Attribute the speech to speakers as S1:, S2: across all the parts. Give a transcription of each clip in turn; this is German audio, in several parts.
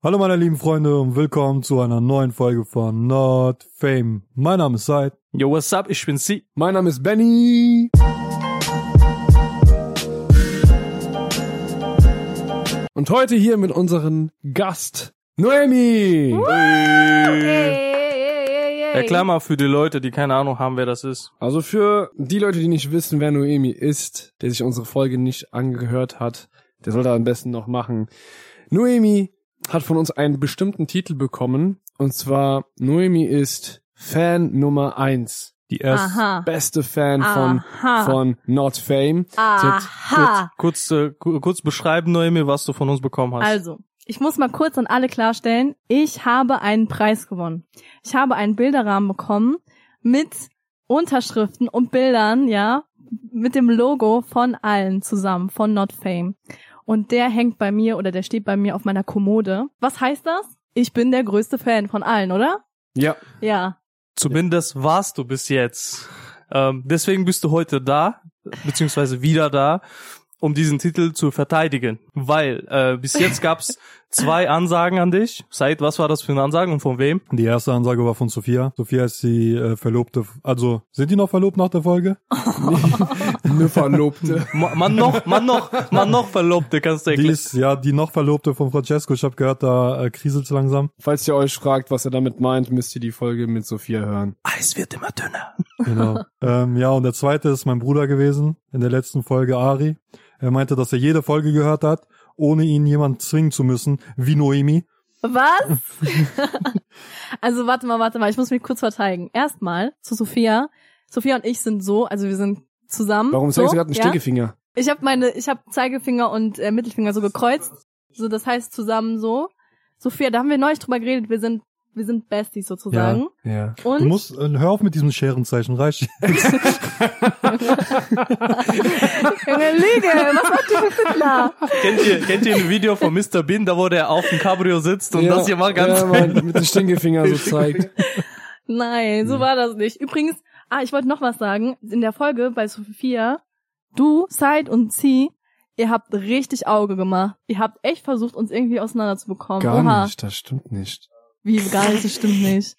S1: Hallo meine lieben Freunde und willkommen zu einer neuen Folge von Not Fame. Mein Name ist Seid.
S2: Yo, what's up? Ich bin Sie.
S3: Mein Name ist Benny. Und heute hier mit unserem Gast Noemi.
S2: Erklär mal für die Leute, die keine Ahnung haben, wer das ist.
S3: Also für die Leute, die nicht wissen, wer Noemi ist, der sich unsere Folge nicht angehört hat, der soll da am besten noch machen. Noemi hat von uns einen bestimmten Titel bekommen und zwar Noemi ist Fan Nummer eins.
S1: Die erste.
S4: Aha.
S3: beste Fan von,
S4: Aha.
S3: von Not Fame. Sie hat-
S4: Aha.
S2: Kurz, äh, ku- kurz beschreiben, Noemi, was du von uns bekommen hast.
S4: Also, ich muss mal kurz an alle klarstellen, ich habe einen Preis gewonnen. Ich habe einen Bilderrahmen bekommen mit Unterschriften und Bildern, ja, mit dem Logo von allen zusammen, von Not Fame. Und der hängt bei mir oder der steht bei mir auf meiner Kommode. Was heißt das? Ich bin der größte Fan von allen, oder?
S3: Ja.
S4: Ja.
S2: Zumindest warst du bis jetzt. Ähm, deswegen bist du heute da, beziehungsweise wieder da, um diesen Titel zu verteidigen. Weil äh, bis jetzt gab's zwei Ansagen an dich. Seid, was war das für eine Ansage und von wem?
S1: Die erste Ansage war von Sophia. Sophia ist die äh, Verlobte. Also, sind die noch verlobt nach der Folge?
S3: Eine Verlobte.
S2: Ma- Man noch, man noch, man noch Verlobte, kannst du
S1: Die
S2: erklären.
S1: ist ja die noch Verlobte von Francesco. Ich habe gehört, da äh, kriselt's langsam.
S3: Falls ihr euch fragt, was er damit meint, müsst ihr die Folge mit Sophia hören.
S4: Hm?
S2: Eis wird immer dünner.
S1: Genau. ähm, ja, und der zweite ist mein Bruder gewesen in der letzten Folge, Ari. Er meinte, dass er jede Folge gehört hat, ohne ihn jemand zwingen zu müssen, wie Noemi.
S4: Was? also warte mal, warte mal, ich muss mich kurz verteidigen. Erstmal zu Sophia. Sophia und ich sind so, also wir sind zusammen.
S3: Warum
S4: so,
S3: zeigst du gerade einen
S4: ja?
S3: Stinkefinger?
S4: Ich habe meine, ich habe Zeigefinger und äh, Mittelfinger so gekreuzt. So, das heißt zusammen so. Sophia, da haben wir neulich drüber geredet. Wir sind, wir sind Besties sozusagen.
S3: Ja.
S1: Du
S4: Und
S1: musst, äh, hör auf mit diesem Scherenzeichen, reicht.
S4: Junge, Lüge, was macht du für Hitler?
S2: Kennt ihr, kennt ihr ein Video von Mr. Bean, da wo der auf dem Cabrio sitzt und
S3: ja,
S2: das hier mal ganz
S3: ja, Mann, mit dem Stinkefinger so zeigt.
S4: Nein, so war das nicht. Übrigens, ah, ich wollte noch was sagen. In der Folge bei Sophia, du, Said und Sie, ihr habt richtig Auge gemacht. Ihr habt echt versucht, uns irgendwie auseinanderzubekommen. Oha.
S3: Gar nicht, das stimmt nicht.
S4: Wie, gar nicht, das stimmt nicht.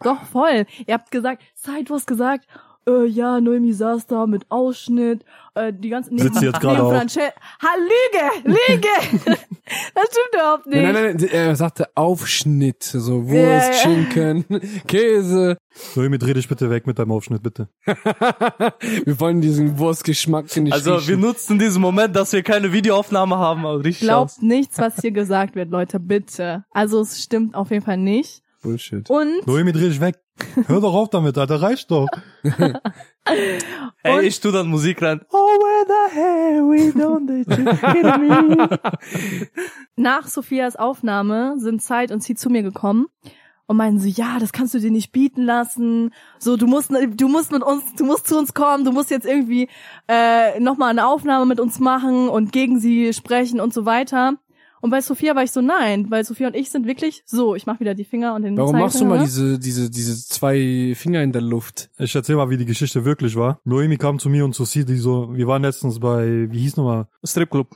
S4: Doch, voll. Ihr habt gesagt, Said, du hast gesagt, äh, ja, Noemi saß da mit Ausschnitt, äh, die ganzen... Nee,
S1: Sitzt sie jetzt gerade auf?
S4: Franche- ha, Lüge, Lüge! das stimmt überhaupt nicht.
S3: Nein, nein, nein, er sagte Aufschnitt, so
S4: Ja, ja.
S3: Wurst, Schinken, Käse.
S1: Noemi, dreh dich bitte weg mit deinem Aufschnitt, bitte.
S3: Wir wollen diesen Wurstgeschmack nicht
S2: Also wir
S3: riechen.
S2: nutzen diesen Moment, dass wir keine Videoaufnahme haben, aber richtig aus.
S4: Glaubt nichts, was hier gesagt wird, Leute, bitte. Also es stimmt auf jeden Fall nicht.
S3: Bullshit.
S4: Und
S1: Noemi, dreh dich weg. Hör doch auf damit, Alter, reicht doch.
S2: Ey,
S4: Und-
S2: ich tu dann Musik rein. Oh, where the hell we don't they just kidding me?
S4: nach Sophias Aufnahme sind Zeit und sie zu mir gekommen und meinen so, ja, das kannst du dir nicht bieten lassen. So, du musst, du musst mit uns, du musst zu uns kommen, du musst jetzt irgendwie äh, nochmal eine Aufnahme mit uns machen und gegen sie sprechen und so weiter. Und bei Sophia war ich so, nein, weil Sophia und ich sind wirklich so, ich mach wieder die Finger und den
S3: Warum machst du mal
S4: Zeigefinger,
S3: diese,
S4: ne?
S3: diese, diese zwei Finger in der Luft?
S1: Ich erzähl mal, wie die Geschichte wirklich war. Noemi kam zu mir und zu sie, die so, wir waren letztens bei, wie hieß nochmal?
S2: Stripclub.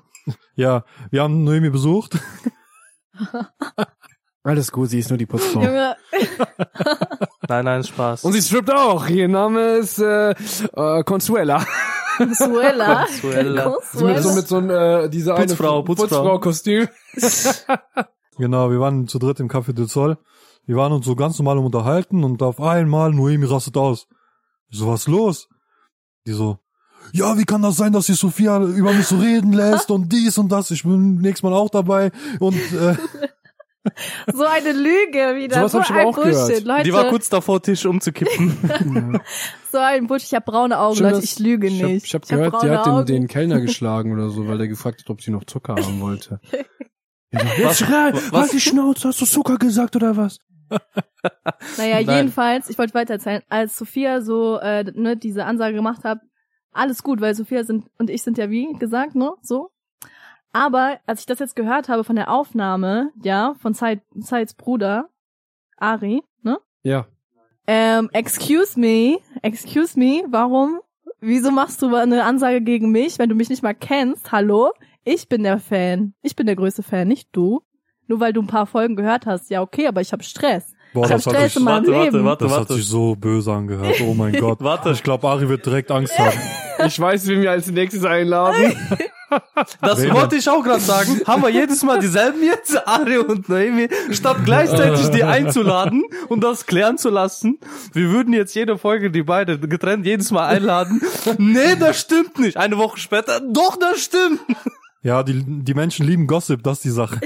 S1: Ja, wir haben Noemi besucht.
S3: Alles gut, sie ist nur die Putzfrau.
S4: Junge,
S2: Nein, nein, Spaß.
S3: Und sie strippt auch. Ihr Name ist äh, äh, Consuela. Ah,
S4: Consuela.
S2: Consuela.
S3: Mit so,
S4: Consuela.
S3: mit so einem, äh, diese
S2: Putzfrau,
S3: eine
S2: Putzfrau.
S3: Putzfrau-Kostüm.
S1: Genau, wir waren zu dritt im Café de Zoll. Wir waren uns so ganz normal am unterhalten und auf einmal Noemi rastet aus. Ich so, was los? Die so, ja, wie kann das sein, dass sie Sophia über mich so reden lässt und dies und das? Ich bin nächstes Mal auch dabei und äh,
S4: So eine Lüge wieder.
S3: Sowas
S4: so
S3: hab ich
S4: ein
S3: aber auch gehört.
S4: Bullshit, Leute.
S2: Die war kurz davor, Tisch umzukippen.
S4: So ein Bullshit. Ich hab braune Augen,
S3: Schön,
S4: Leute.
S3: dass-
S4: Ich lüge
S3: Mhm. Ich hab,
S4: nicht.
S3: ich hab gehört, die
S4: braune
S3: hat den,
S4: Augen.
S3: den Kellner geschlagen oder so, weil der gefragt hat, ob sie noch Zucker haben wollte.
S2: was, was,
S3: halt die Schnauze, hast du Zucker gesagt oder was?
S4: Naja,
S2: Nein.
S4: jedenfalls, ich wollte weiter erzählen, als Sophia so äh, ne, diese Ansage gemacht hat, alles gut, weil Sophia sind und ich sind ja wie gesagt, ne, so. Aber als ich das jetzt gehört habe von der Aufnahme, ja, von Zeit, Zeits Bruder, Ari, ne?
S3: Ja.
S4: Ähm, excuse me, excuse me, warum, wieso machst du eine Ansage gegen mich, wenn du mich nicht mal kennst? Hallo? Ich bin der Fan. Ich bin der größte Fan, nicht du. nur weil du ein paar Folgen gehört hast. Ja, okay, aber ich habe Stress.
S1: Boah,
S4: ich habe
S1: das hat,
S4: Stress
S1: sich,
S4: in meinem
S2: Warte, warte,
S4: Leben.
S2: warte.
S1: das hat sich so böse angehört. Oh mein Gott.
S2: Warte.
S1: Ich glaube, Ari wird direkt Angst haben.
S3: Ich weiß, wen wir als nächstes einladen.
S2: Das
S1: Wen
S2: wollte ich auch gerade sagen. Haben wir jedes Mal dieselben jetzt, Ari und Noemi, statt gleichzeitig die einzuladen und das klären zu lassen. Wir würden jetzt jede Folge die beide getrennt jedes Mal einladen. Nee, das stimmt nicht. Eine Woche später, doch, das stimmt.
S1: Ja, die, die Menschen lieben Gossip, das ist die Sache.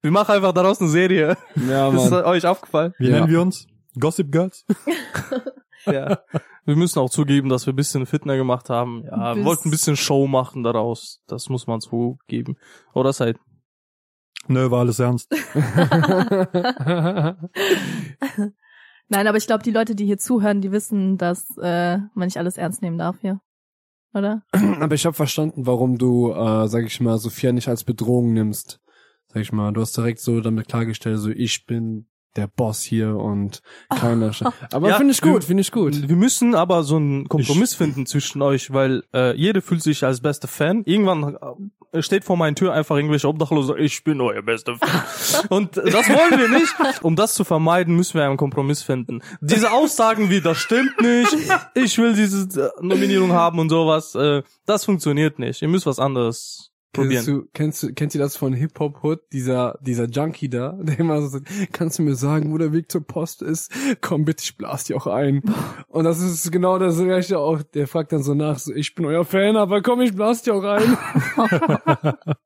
S2: Wir machen einfach daraus eine Serie.
S3: Ja,
S2: Das ist euch aufgefallen.
S1: Wie
S3: Ja.
S1: nennen wir uns? Gossip Girls?
S2: Ja. Wir müssen auch zugeben, dass wir ein bisschen Fitner gemacht haben. Ja, wir
S4: Bis-
S2: wollten ein bisschen Show machen daraus. Das muss man zugeben. Oder seid
S1: Nö, war alles ernst.
S4: Nein, aber ich glaube, die Leute, die hier zuhören, die wissen, dass äh, man nicht alles ernst nehmen darf hier. Oder?
S3: Aber ich habe verstanden, warum du, äh, sag ich mal, Sophia nicht als Bedrohung nimmst. Sag ich mal, du hast direkt so damit klargestellt, so ich bin der Boss hier und keiner. scha- Aber
S2: Ja,
S3: finde ich
S2: du-
S3: gut, finde ich gut.
S2: Wir müssen aber so einen Kompromiss finden zwischen euch, weil äh, jeder fühlt sich als bester Fan. Irgendwann äh, steht vor meiner Tür einfach irgendwelche Obdachlose, ich bin euer bester Fan. Und äh, das wollen wir nicht. Um das zu vermeiden, müssen wir einen Kompromiss finden. Diese Aussagen wie, das stimmt nicht, ich will diese äh, Nominierung haben und sowas, äh, das funktioniert nicht. Ihr müsst was anderes
S3: Kennst
S2: probieren.
S3: du, kennst du, kennst du das von Hip Hop Hood, dieser, dieser Junkie da, der immer so sagt, kannst du mir sagen, wo der Weg zur Post ist? Komm bitte, ich blas dich auch ein. Und das ist genau das Rechte auch, der fragt dann so nach, so, ich bin euer Fan, aber komm, ich blas dich auch ein.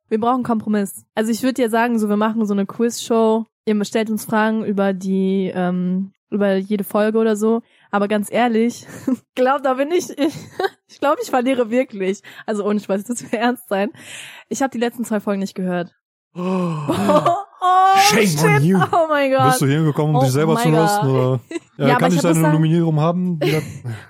S4: Wir brauchen Kompromiss. Also ich würde dir sagen, so wir machen so eine Quiz-Show. Ihr stellt uns Fragen über die, ähm, über jede Folge oder so. Aber ganz ehrlich, glaubt aber nicht, ich, ich glaube, ich verliere wirklich. Also ohne Spaß, das will ernst sein. Ich habe die letzten zwei Folgen nicht gehört. Oh, oh,
S3: Shame
S4: shit.
S3: on you.
S4: oh mein
S1: Bist du
S4: Gott.
S1: hingekommen, um
S4: Oh
S1: dich selber zu
S4: mein Gott.
S1: rosten? Oder?
S4: Ja,
S1: Ja,
S4: aber
S1: kann ich
S4: ich
S1: deine
S4: hab das sagen-
S1: Nominierung haben? Ja,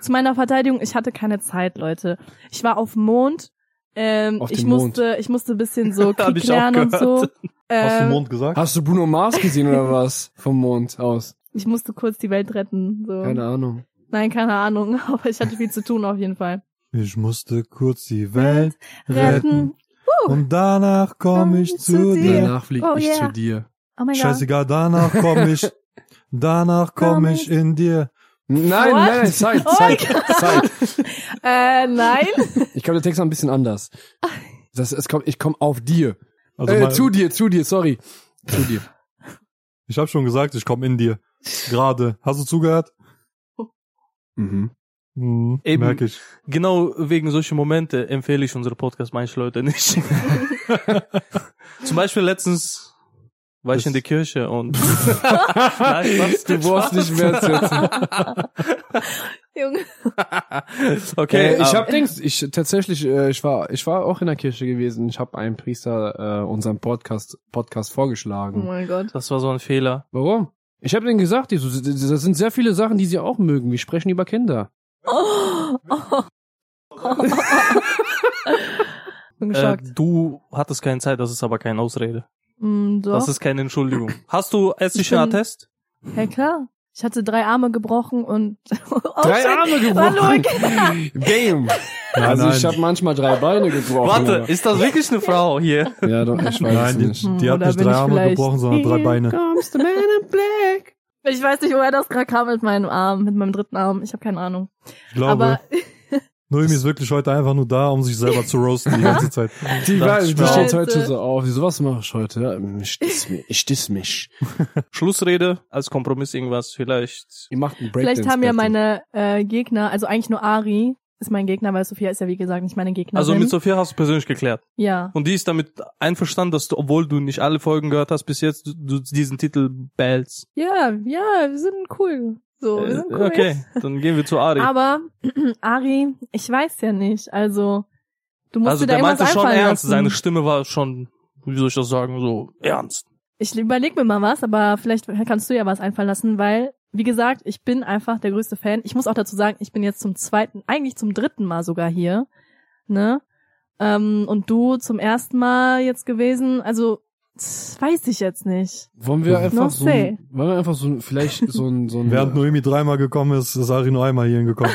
S4: Zu meiner Verteidigung, ich hatte keine Zeit, Leute. Ich war auf dem Mond. Ähm,
S3: Auf
S4: ich
S3: dem Mond.
S4: musste, ich musste ein bisschen so
S2: Hab
S4: Krieg
S2: ich auch
S4: lernen und so.
S2: gehört.
S1: Hast du
S4: Ähm,
S1: Mond gesagt?
S3: Hast du Bruno Mars gesehen oder was? Vom Mond aus.
S4: ich musste kurz die Welt retten. So.
S3: Keine Ahnung.
S4: Nein, keine Ahnung, aber ich hatte viel zu tun auf jeden Fall.
S1: Ich musste kurz die Welt retten.
S4: Retten.
S1: Und danach komm ich zu dir.
S3: Danach flieg
S4: Oh,
S3: ich
S4: yeah.
S3: zu dir.
S4: Oh mein Gott.
S1: Scheißegal, danach komm ich. Danach komm
S4: Komm
S1: ich in dir.
S3: Nein,
S4: What?
S3: nein, nein, Zeit,
S4: Oh
S3: Zeit, Zeit.
S4: Äh, nein.
S3: Ich glaube, der Text war ein bisschen anders. Das, es kommt, ich komme auf dir.
S1: Also
S3: äh,
S1: mal,
S3: zu dir, zu dir, sorry. Zu dir.
S1: ich habe schon gesagt, ich komm in dir. Gerade. Hast du zugehört?
S3: Mhm.
S1: Hm,
S2: Eben.
S1: Merk ich.
S2: Genau wegen solchen Momente empfehle ich unsere Podcast manche Leute nicht. Zum Beispiel letztens war ich
S1: Das-
S2: in der Kirche und Nein, Spaß,
S3: Du brauchst
S2: Spaß.
S3: nicht mehr zu erzählen.
S4: Junge.
S2: Okay,
S3: Äh, ich
S2: ähm,
S3: habe Dings, ich tatsächlich, äh, ich war, ich war auch in der Kirche gewesen. Ich habe einem Priester äh, unseren Podcast Podcast
S4: Oh
S3: vorgeschlagen.
S4: mein Gott.
S2: das war so ein Fehler.
S3: Warum? Ich habe denen gesagt, die so, das sind sehr viele Sachen, die sie auch mögen. Wir sprechen über Kinder.
S4: Bin
S2: Äh,
S4: geschockt.
S2: du hattest keine Zeit, das ist aber keine Ausrede.
S4: Mm, doch.
S2: Das ist keine Entschuldigung. Hast du ärztlichen
S4: bin-
S2: Attest?
S4: ja klar. Ich hatte drei Arme gebrochen und oh,
S3: drei
S4: shit.
S3: Arme gebrochen. Game. also ich
S1: nein.
S3: habe manchmal drei Beine gebrochen.
S2: Warte, ist das wirklich eine Frau hier?
S3: aber- Ja, doch, ich weiß
S1: Nein,
S3: es nicht.
S1: die, die hat
S4: Oder
S1: nicht
S4: Hm, bin
S1: drei
S4: ich
S1: Arme
S4: vielleicht-
S1: gebrochen, sondern drei Beine.
S3: Kommst du Black?
S4: Ich weiß nicht, woher das gerade kam mit meinem Arm, mit meinem dritten Arm. Ich habe keine Ahnung.
S1: Ich glaube,
S4: aber
S1: Noemi ist wirklich heute einfach nur da, um sich selber zu roasten die ganze Zeit.
S3: Die,
S2: Das
S3: war- die
S2: stimmt.
S3: steht heute
S4: Scheiße.
S3: so auf. Die, sowas mache ich heute. Ja, Ich diss mich. Ich diss mich.
S2: Schlussrede als Kompromiss irgendwas vielleicht.
S3: Ihr macht einen Breakdance.
S4: vielleicht haben ja
S3: Battle.
S4: meine äh, Gegner, also eigentlich nur Ari ist mein Gegner, weil Sophia ist ja wie gesagt nicht meine Gegnerin.
S2: Also mit Sophia hast du persönlich geklärt.
S4: ja.
S2: Und die ist damit einverstanden, dass du, obwohl du nicht alle Folgen gehört hast bis jetzt, du, du diesen Titel bellst.
S4: Ja, ja, wir sind cool. So, wir
S2: Äh,
S4: sind cool.
S2: Okay, dann gehen wir zu Ari.
S4: Aber Ari, ich weiß ja nicht. Also du musst
S2: also
S4: dir da
S2: der
S4: irgendwas
S2: meinte schon
S4: einfallen
S2: ernst,
S4: lassen.
S2: seine Stimme war schon, wie soll ich das sagen, so ernst.
S4: Ich überleg mir mal was, aber vielleicht kannst du ja was einfallen lassen, weil wie gesagt, ich bin einfach der größte Fan. Ich muss auch dazu sagen, ich bin jetzt zum zweiten, eigentlich zum dritten Mal sogar hier, ne? Ähm, und du zum ersten Mal jetzt gewesen. Also das weiß ich jetzt nicht.
S3: Wollen wir einfach
S4: No
S3: so, ein-
S4: say.
S3: wollen wir einfach so, ein- vielleicht so ein, so ein,
S1: Während
S3: wollen,
S1: Noemi dreimal gekommen ist, ist Ari nur einmal hierhin gekommen.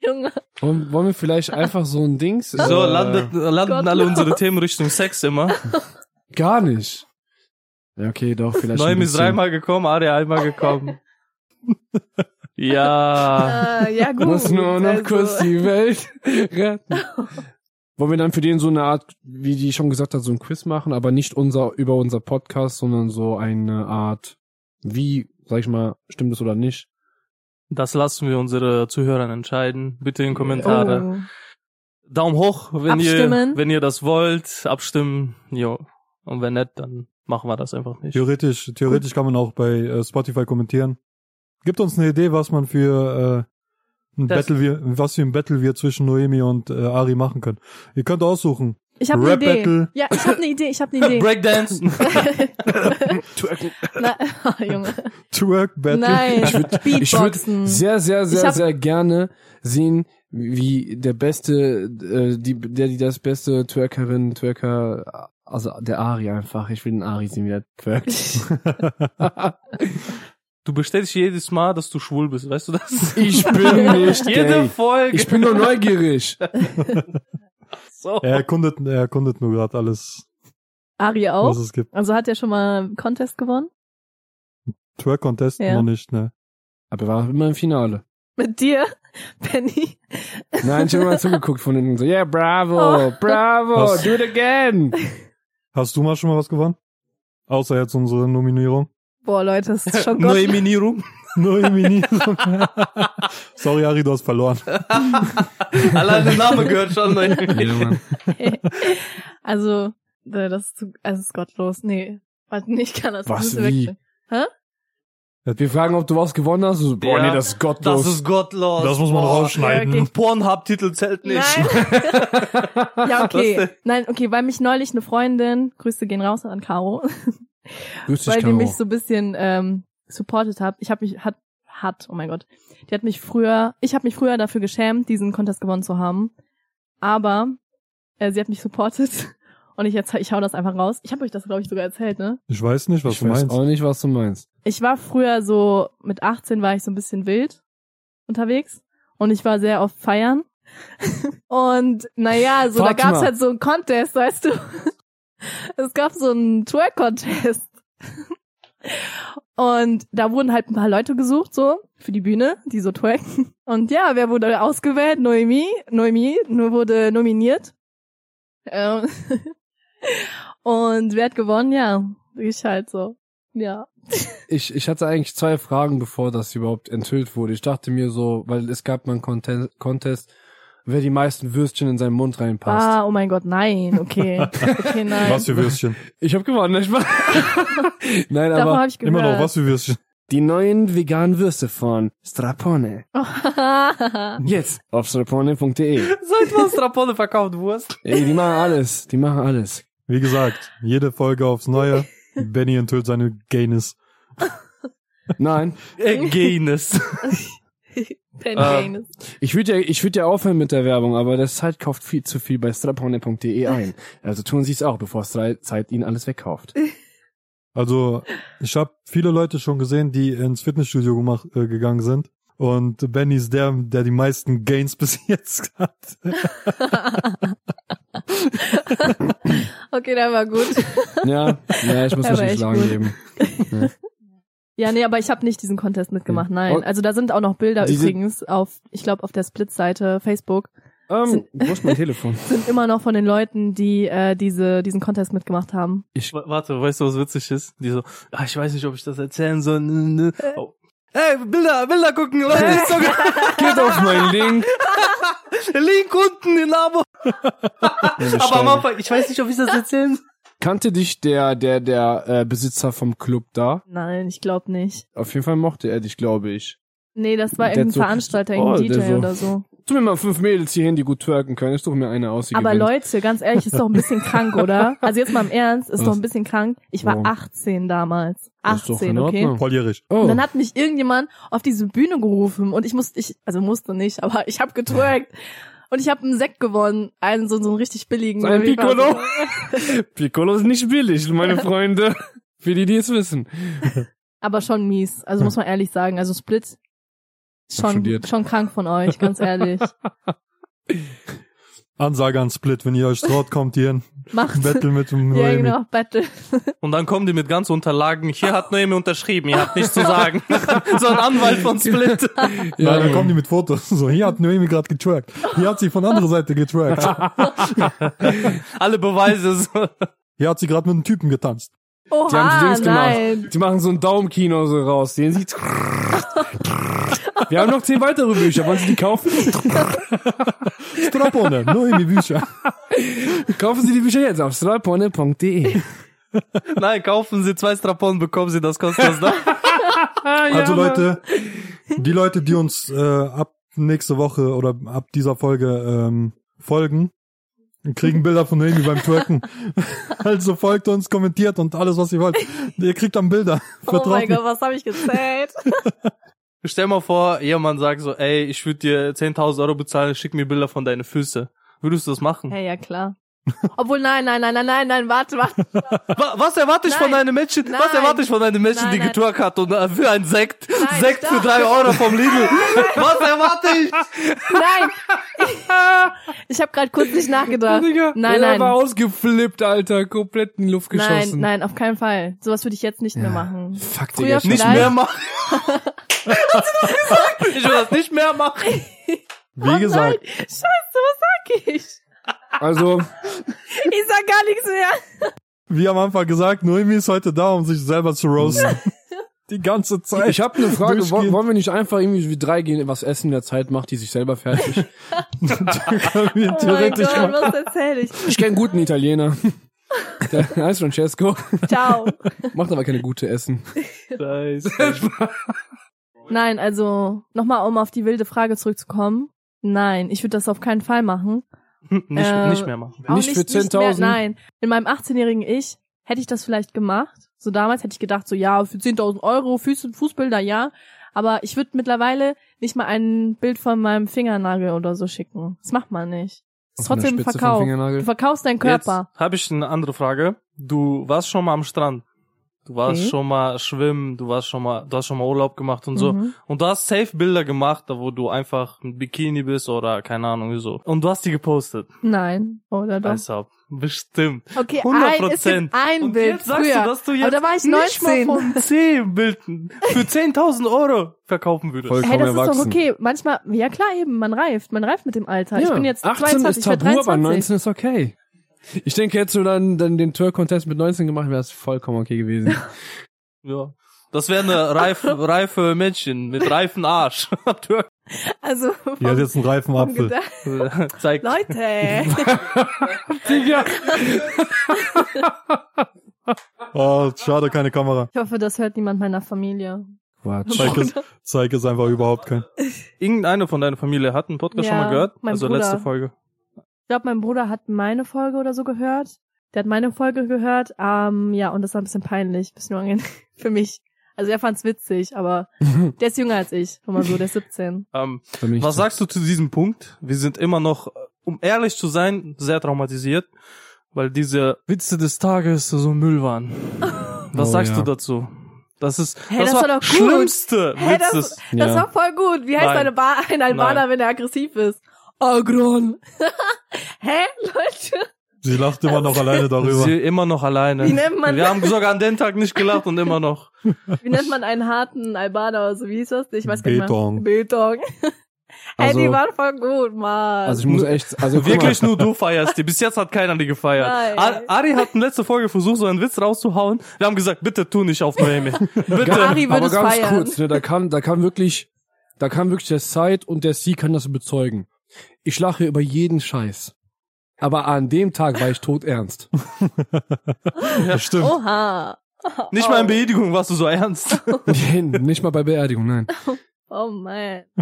S4: Junge,
S3: wollen wir vielleicht einfach so äh, ein Dings?
S2: So landet, landen
S4: Gott,
S2: alle
S4: no.
S2: unsere Themen Richtung Sex immer.
S3: Gar nicht. Ja, okay, doch, vielleicht. ein
S2: Neum ist
S3: bisschen.
S2: dreimal gekommen, Ari einmal gekommen. ja.
S4: Äh, ja, gut.
S3: Ah. Muss nur noch
S4: also-
S3: kurz die Welt retten. Wollen wir dann für den so eine Art, wie die schon gesagt hat, so ein Quiz machen, aber nicht unser, über unser Podcast, sondern so eine Art, wie, sag ich mal, stimmt es oder nicht?
S2: Das lassen wir unsere Zuhörern entscheiden. Bitte in Kommentare.
S4: Oh.
S2: Daumen hoch, wenn ihr,
S4: Abstimmen.
S2: wenn ihr das wollt. Abstimmen, jo. Und wenn nicht, dann machen wir das einfach nicht.
S1: Theoretisch, theoretisch kann man auch bei äh, Spotify kommentieren. Gibt uns eine Idee, was man für äh, ein
S2: Das-
S1: Battle wir, was für ein Battle wir zwischen Noemi und äh, Ari machen können. Ihr könnt aussuchen.
S4: Ich habe eine
S1: Rap
S4: Idee.
S1: Battle.
S4: Ja, ich habe eine Idee, ich habe eine Idee.
S2: Breakdance.
S4: Na, oh, Junge.
S1: Twerk Battle.
S4: Nein,
S3: Ich würde
S4: Beatboxen.
S3: sehr, sehr, sehr,
S4: hab-
S3: sehr gerne sehen, wie der beste, äh, die, der, die das beste Twerkerin, Twerker, also der Ari einfach. Ich will den Ari sehen, wie der twerkt.
S2: Du bestätigst jedes Mal, dass du schwul bist, weißt du das?
S3: Ich bin nicht
S2: Jede
S3: gay.
S2: Folge.
S3: Ich bin nur neugierig.
S2: so.
S1: Er erkundet, er erkundet nur gerade alles,
S4: Ari
S1: was
S4: auch.
S1: es gibt.
S4: Also hat er schon mal einen Contest gewonnen?
S1: Twerk Contest
S4: Ja.
S1: noch nicht, ne?
S3: Aber er war immer im Finale.
S4: Mit dir, Benny?
S3: Nein, ich habe mal zugeguckt von hinten. So, yeah,
S2: Oh.
S3: bravo, bravo,
S1: Was?
S3: do it again.
S1: Hast du mal schon mal was gewonnen? Außer jetzt unsere Nominierung.
S4: Boah, Leute, das
S2: Oh
S4: ist schon Gott.
S2: Noeminierung.
S1: Nominierung. Sorry, Ari, du hast verloren.
S2: Allein der Name gehört schon. ne? Noeminierung.
S4: Also, äh, das ist, zu, also ist gottlos. Nee, warte, nee, ich kann das
S3: Was,
S4: müssen wir
S3: wie?
S4: wechseln.
S3: Wir fragen, ob du was gewonnen hast. So, boah,
S2: Ja.
S3: nee, das ist gottlos.
S2: Das ist gottlos.
S1: Das muss man
S2: Boah.
S1: rausschneiden.
S4: Ja, Oh, okay.
S2: Pornhub-Titel zählt nicht.
S4: Nein. ja,
S2: Was
S4: okay.
S2: denn?
S4: Nein, okay, weil mich neulich eine Freundin, Grüße gehen raus an Caro,
S3: Grüß dich,
S4: weil die
S3: Caro.
S4: mich so ein bisschen ähm, supportet hat. Ich habe mich hat hat, oh mein Gott. Die hat mich früher, ich habe mich früher dafür geschämt, diesen Contest gewonnen zu haben, aber äh, sie hat mich supportet und ich jetzt ich hau das einfach raus. Ich habe euch das glaube ich sogar erzählt, ne?
S1: Ich weiß nicht, was
S3: ich
S1: du
S3: weiß
S1: meinst.
S3: auch nicht, was du meinst.
S4: Ich war früher so mit 18 war ich so ein bisschen wild unterwegs und ich war sehr oft feiern. und naja, so
S3: Fatima.
S4: da gab's halt so einen Contest, weißt du. es gab so einen Twerk Contest. Und da wurden halt ein paar Leute gesucht, so, für die Bühne, die so twerken. Und ja, wer wurde ausgewählt? Noemi, Noemi, nur wurde nominiert. Ähm Und wer hat gewonnen? Ja, ich halt so. Ja.
S3: Ich, ich hatte eigentlich zwei Fragen, bevor das überhaupt enthüllt wurde. Ich dachte mir so, weil es gab mal einen Conte- Contest, wer die meisten Würstchen in seinen Mund reinpasst.
S4: Ah, oh mein Gott, nein, okay. Okay, nein.
S1: Was für Würstchen.
S3: Ich habe gewonnen, nicht wahr? Nein,
S4: Davon
S3: aber
S4: habe ich gehört.
S1: Immer noch was für Würstchen.
S3: die neuen veganen Würste von Strapone.
S4: noch
S3: Jetzt auf strapone.de.
S2: Seit wann Strapone verkauft Wurst?
S3: Ey, die machen alles, die machen alles.
S1: Wie gesagt, jede Folge aufs Neue. Benny enthüllt seine Gayness.
S3: Nein,
S2: Äh, Gaines.
S3: Ah.
S4: Penguins.
S3: ich würde ja, ich würde ja aufhören mit der Werbung, aber das Zeit kauft viel zu viel bei strapone.de ein. Also tun Sie es auch, bevor Stra- Zeit Ihnen alles wegkauft.
S1: Also, ich habe viele Leute schon gesehen, die ins Fitnessstudio gemacht, äh, gegangen sind. Und Benny ist der, der die meisten Gains bis jetzt hat.
S4: Okay, der war gut.
S3: Ja, ja, ich muss
S4: Aber
S3: mich nicht
S4: echt
S3: schlagen
S4: gut.
S3: geben.
S4: Ja, nee, aber ich habe nicht diesen Contest mitgemacht,
S3: Und-
S4: nein. Also da sind auch noch Bilder
S3: Diese-
S4: übrigens auf, ich glaube, auf der Split-Seite Facebook.
S3: Ähm, wo ist mein Telefon?
S4: Sind immer noch von den Leuten, die äh, diese, diesen Contest mitgemacht haben.
S2: W- Warte, weißt du, was witzig ist? Die so, ah, ich weiß nicht, ob ich das erzählen soll. Nö, nö. Oh. Hey, Bilder, Bilder gucken, Leute. ist sogar
S3: Geht auf meinen Link.
S2: Link unten in Abo. Aber am Anfang, ich weiß nicht, ob ich das erzählen soll.
S3: Kannte dich der, der, der äh, Besitzer vom Club da?
S4: Nein, ich glaube nicht.
S3: Auf jeden Fall mochte er dich, glaube ich.
S4: Nee, das war
S3: Der
S4: irgendein
S3: so-
S4: Veranstalter,
S3: Oh,
S4: irgendein
S3: der
S4: DJ
S3: so-
S4: oder so.
S3: Tu mir mal fünf Mädels hierhin, die gut twerken können. Ich suche mir eine aus. die
S4: Aber
S3: gewinnt.
S4: Leute, ganz ehrlich, ist doch ein bisschen krank, oder? Also jetzt mal im Ernst, ist
S3: Was?
S4: doch ein bisschen krank. Ich war
S3: Warum?
S4: 18 damals.
S3: Das ist doch
S4: 18,
S3: in
S4: okay?
S3: Ordnung.
S1: Volljährig.
S3: Oh.
S4: Und dann hat mich irgendjemand auf diese Bühne gerufen und ich musste, ich, also musste nicht, aber ich habe getwerkt. Und ich habe einen Sekt gewonnen, einen so, so einen richtig billigen.
S3: So einen
S4: Ich war
S3: Piccolo? Piccolo ist nicht billig, meine Freunde. Für die, die es wissen.
S4: aber schon mies, also muss man ehrlich sagen. Also Split,
S3: hab
S4: schon,
S3: studiert.
S4: schon krank von euch, ganz ehrlich.
S1: Ansage an Split, wenn ihr euch traut, kommt ihr in
S4: Macht's.
S1: Battle mit dem
S4: Ja,
S1: Noemi.
S4: genau, Battle.
S2: Und dann kommen die mit ganz Unterlagen. Hier hat Noemi unterschrieben, ihr habt nichts zu sagen. so ein Anwalt von Split.
S1: Nein, dann kommen die mit Fotos. So, hier hat Noemi gerade getrackt. Hier hat sie von anderer Seite getrackt.
S2: Alle Beweise. So.
S1: Hier hat sie gerade mit einem Typen getanzt.
S4: Oha,
S3: Die haben die Dings
S4: Ah, nein.
S3: gemacht. Die machen so ein Daumenkino so raus. Den sieht. Wir haben noch zehn weitere Bücher. Wollen Sie die kaufen?
S1: Strapone, Noemi Bücher.
S3: Kaufen Sie die Bücher jetzt auf strapone.de.
S2: Nein, kaufen Sie zwei Straponen, bekommen Sie das kostenlos. Ne?
S1: Also Leute, die Leute, die uns äh, ab nächste Woche oder ab dieser Folge ähm, folgen, kriegen Bilder von Noemi beim Twerken. Also folgt uns, kommentiert und alles, was ihr wollt. Ihr kriegt dann Bilder.
S4: Oh mein
S1: Vertraut mir.
S4: Gott, was habe ich gezählt?
S2: Stell mal vor, jemand sagt so, ey, ich würde dir 10.000 Euro bezahlen, schick mir Bilder von deinen Füßen. Würdest du das machen?
S4: Ja, ja, klar. Obwohl, nein, nein, nein, nein, nein, nein, warte, warte.
S2: Wa- Was erwarte ich
S4: Nein.
S2: von einem Menschen, was
S4: Nein.
S2: erwarte ich von einem Menschen,
S4: Nein,
S2: die
S4: nein.
S2: getwerkt hat und äh, für einen Sekt,
S4: Nein,
S2: Sekt für
S4: stopp.
S2: drei Euro vom Lidl? Was erwarte ich?
S4: Nein. Ich habe gerade kurz nicht nachgedacht. Nein,
S3: Er war
S4: nein.
S3: ausgeflippt, Alter. Komplett in die Luft
S4: Nein,
S3: geschossen.
S4: nein, auf keinen Fall. Sowas würde ich jetzt nicht mehr machen.
S3: Fuck,
S4: Früher
S3: Digga.
S4: vielleicht.
S2: Nicht mehr machen. Hast du das gesagt? Ich will das nicht mehr machen.
S4: Oh
S1: Wie gesagt,
S4: Nein. Scheiße, was sag ich?
S3: Also,
S4: Ich sag gar nichts mehr.
S1: wie am Anfang gesagt, Noemi ist heute da, um sich selber zu roasten. Die ganze Zeit.
S3: ich habe eine Frage.
S1: Durchgehend.
S3: Wollen wollen wir nicht einfach irgendwie wie drei gehen, was essen in der Zeit macht, die sich selber fertig?
S1: Können wir
S4: Oh mein
S1: theoretisch
S4: Gott,
S1: machen.
S4: was erzähl ich?
S3: Ich kenne guten Italiener. Der heißt Francesco.
S4: Ciao.
S3: Macht aber keine gute Essen.
S4: Nein, also nochmal, um auf die wilde Frage zurückzukommen. Nein, ich würde das auf keinen Fall machen.
S2: Hm, Nicht,
S4: Äh,
S2: nicht mehr machen.
S4: Auch
S3: Nicht für
S4: mehr-
S3: 10.000?
S4: Nein, in meinem 18-jährigen Ich hätte ich das vielleicht gemacht. So damals hätte ich gedacht, so ja, für 10.000 Euro, Füße, Fußbilder, ja. Aber ich würde mittlerweile nicht mal ein Bild von meinem Fingernagel oder so schicken. Das macht man nicht. Das ist
S3: Von der
S4: trotzdem ein
S3: Spitze vom
S4: Verkauf.
S3: Fingernagel.
S4: Du verkaufst deinen Körper.
S2: Jetzt habe ich eine andere Frage. Du warst schon mal am Strand. Du warst
S4: Okay.
S2: schon mal schwimmen, du warst schon mal, du hast schon mal Urlaub gemacht und so.
S4: Mhm.
S2: Und du hast safe Bilder gemacht, da wo du einfach ein Bikini bist oder keine Ahnung so. Und du hast die gepostet.
S4: Nein, oder doch?
S2: Also, bestimmt.
S4: Okay,
S2: 100
S4: ein, es gibt
S2: Prozent.
S4: ein
S2: Und
S4: Bild
S2: jetzt sagst
S4: früher.
S2: du, dass du jetzt
S4: Aber da war ich
S2: nicht
S4: 19.
S2: mal von 10 Bildern für 10.000 Euro verkaufen würdest.
S3: Voll
S4: Hey, das
S3: Vollkommen
S4: ist doch
S3: erwachsen.
S4: okay. Manchmal, ja klar eben, man reift, man reift mit dem Alter. Ich bin jetzt
S3: 18
S4: 22,
S3: ist
S4: ich werd
S3: tabu, aber
S4: 23.
S3: 19 ist okay. Ich denke, hättest du dann, dann den Tour-Contest mit 19 gemacht, wäre es vollkommen okay gewesen.
S2: Ja. Das wäre eine reif, reife Mädchen mit reifen Arsch.
S4: Also,
S1: Die hat jetzt einen reifen
S4: vom
S1: Apfel.
S4: Gedan-
S2: Zeig.
S4: Leute,
S3: Digga!
S1: Oh, schade, keine Kamera.
S4: ich hoffe, das hört niemand meiner Familie.
S3: Quatsch.
S1: Zeig es, zeig es einfach überhaupt kein.
S2: Irgendeine von deiner Familie hat einen Podcast schon
S4: Ja,
S2: mal gehört?
S4: mein
S2: also
S4: Bruder.
S2: letzte Folge.
S4: Ich glaube, mein Bruder hat meine Folge oder so gehört. Der hat meine Folge gehört. Ähm, ja, und das war ein bisschen peinlich, bisschen unangenehm für mich. Also er fand's witzig, aber der ist jünger als ich. Schon mal so, der ist 17.
S2: Ähm,
S3: Für mich
S2: was
S3: so.
S2: sagst du zu diesem Punkt? Wir sind immer noch, um ehrlich zu sein, sehr traumatisiert, weil diese Witze des Tages so Müll waren. Was
S3: Oh,
S2: sagst
S3: ja.
S2: du dazu? Das ist
S4: Hä,
S2: das,
S4: das
S2: war
S4: war doch gut.
S2: schlimmste
S4: Hä, das-
S2: Witzes.
S3: Ja.
S4: Das war voll gut. Wie heißt
S2: Nein.
S4: eine Bar ein Albaner, wenn er aggressiv ist? Agron. Hä, Leute?
S1: Sie lacht immer noch alleine darüber.
S2: Sie immer noch alleine.
S4: Wie nennt man
S2: Wir
S4: das?
S2: haben sogar an den Tag nicht gelacht und immer noch.
S4: Wie nennt man einen harten Albaner oder so? Wie hieß das? Ich weiß gar nicht mehr.
S1: Beton.
S4: Beton. Hey,
S3: Also-
S4: die waren voll gut, Mann.
S3: Also ich muss echt, also guck
S2: Wirklich nur du feierst die. Bis jetzt hat keiner die gefeiert.
S4: Nein.
S2: Ar Ari hat in letzter Folge versucht, so einen Witz rauszuhauen. Wir haben gesagt, bitte tu nicht auf Noemi. Bitte.
S4: Ari
S3: mal,
S4: würde
S3: aber
S4: es
S3: ganz
S4: feiern.
S3: kurz, ne, da kann, da kann wirklich, da kann wirklich der Side und der C kann das bezeugen. Ich lache über jeden Scheiß. Aber an dem Tag war ich tot ernst.
S1: Das stimmt.
S4: Oha.
S2: Nicht mal in Beerdigung warst du so ernst.
S3: Nicht mal bei Beerdigung, nein.
S4: Oh man.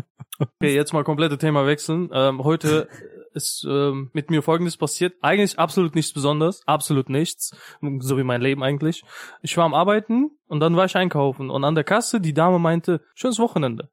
S2: Okay, jetzt mal komplette Thema wechseln. Ähm, heute ist ähm, mit mir Folgendes passiert. Eigentlich absolut nichts Besonderes. Absolut nichts. So wie mein Leben eigentlich. Ich war am Arbeiten und dann war ich einkaufen. Und an der Kasse, die Dame meinte, schönes Wochenende.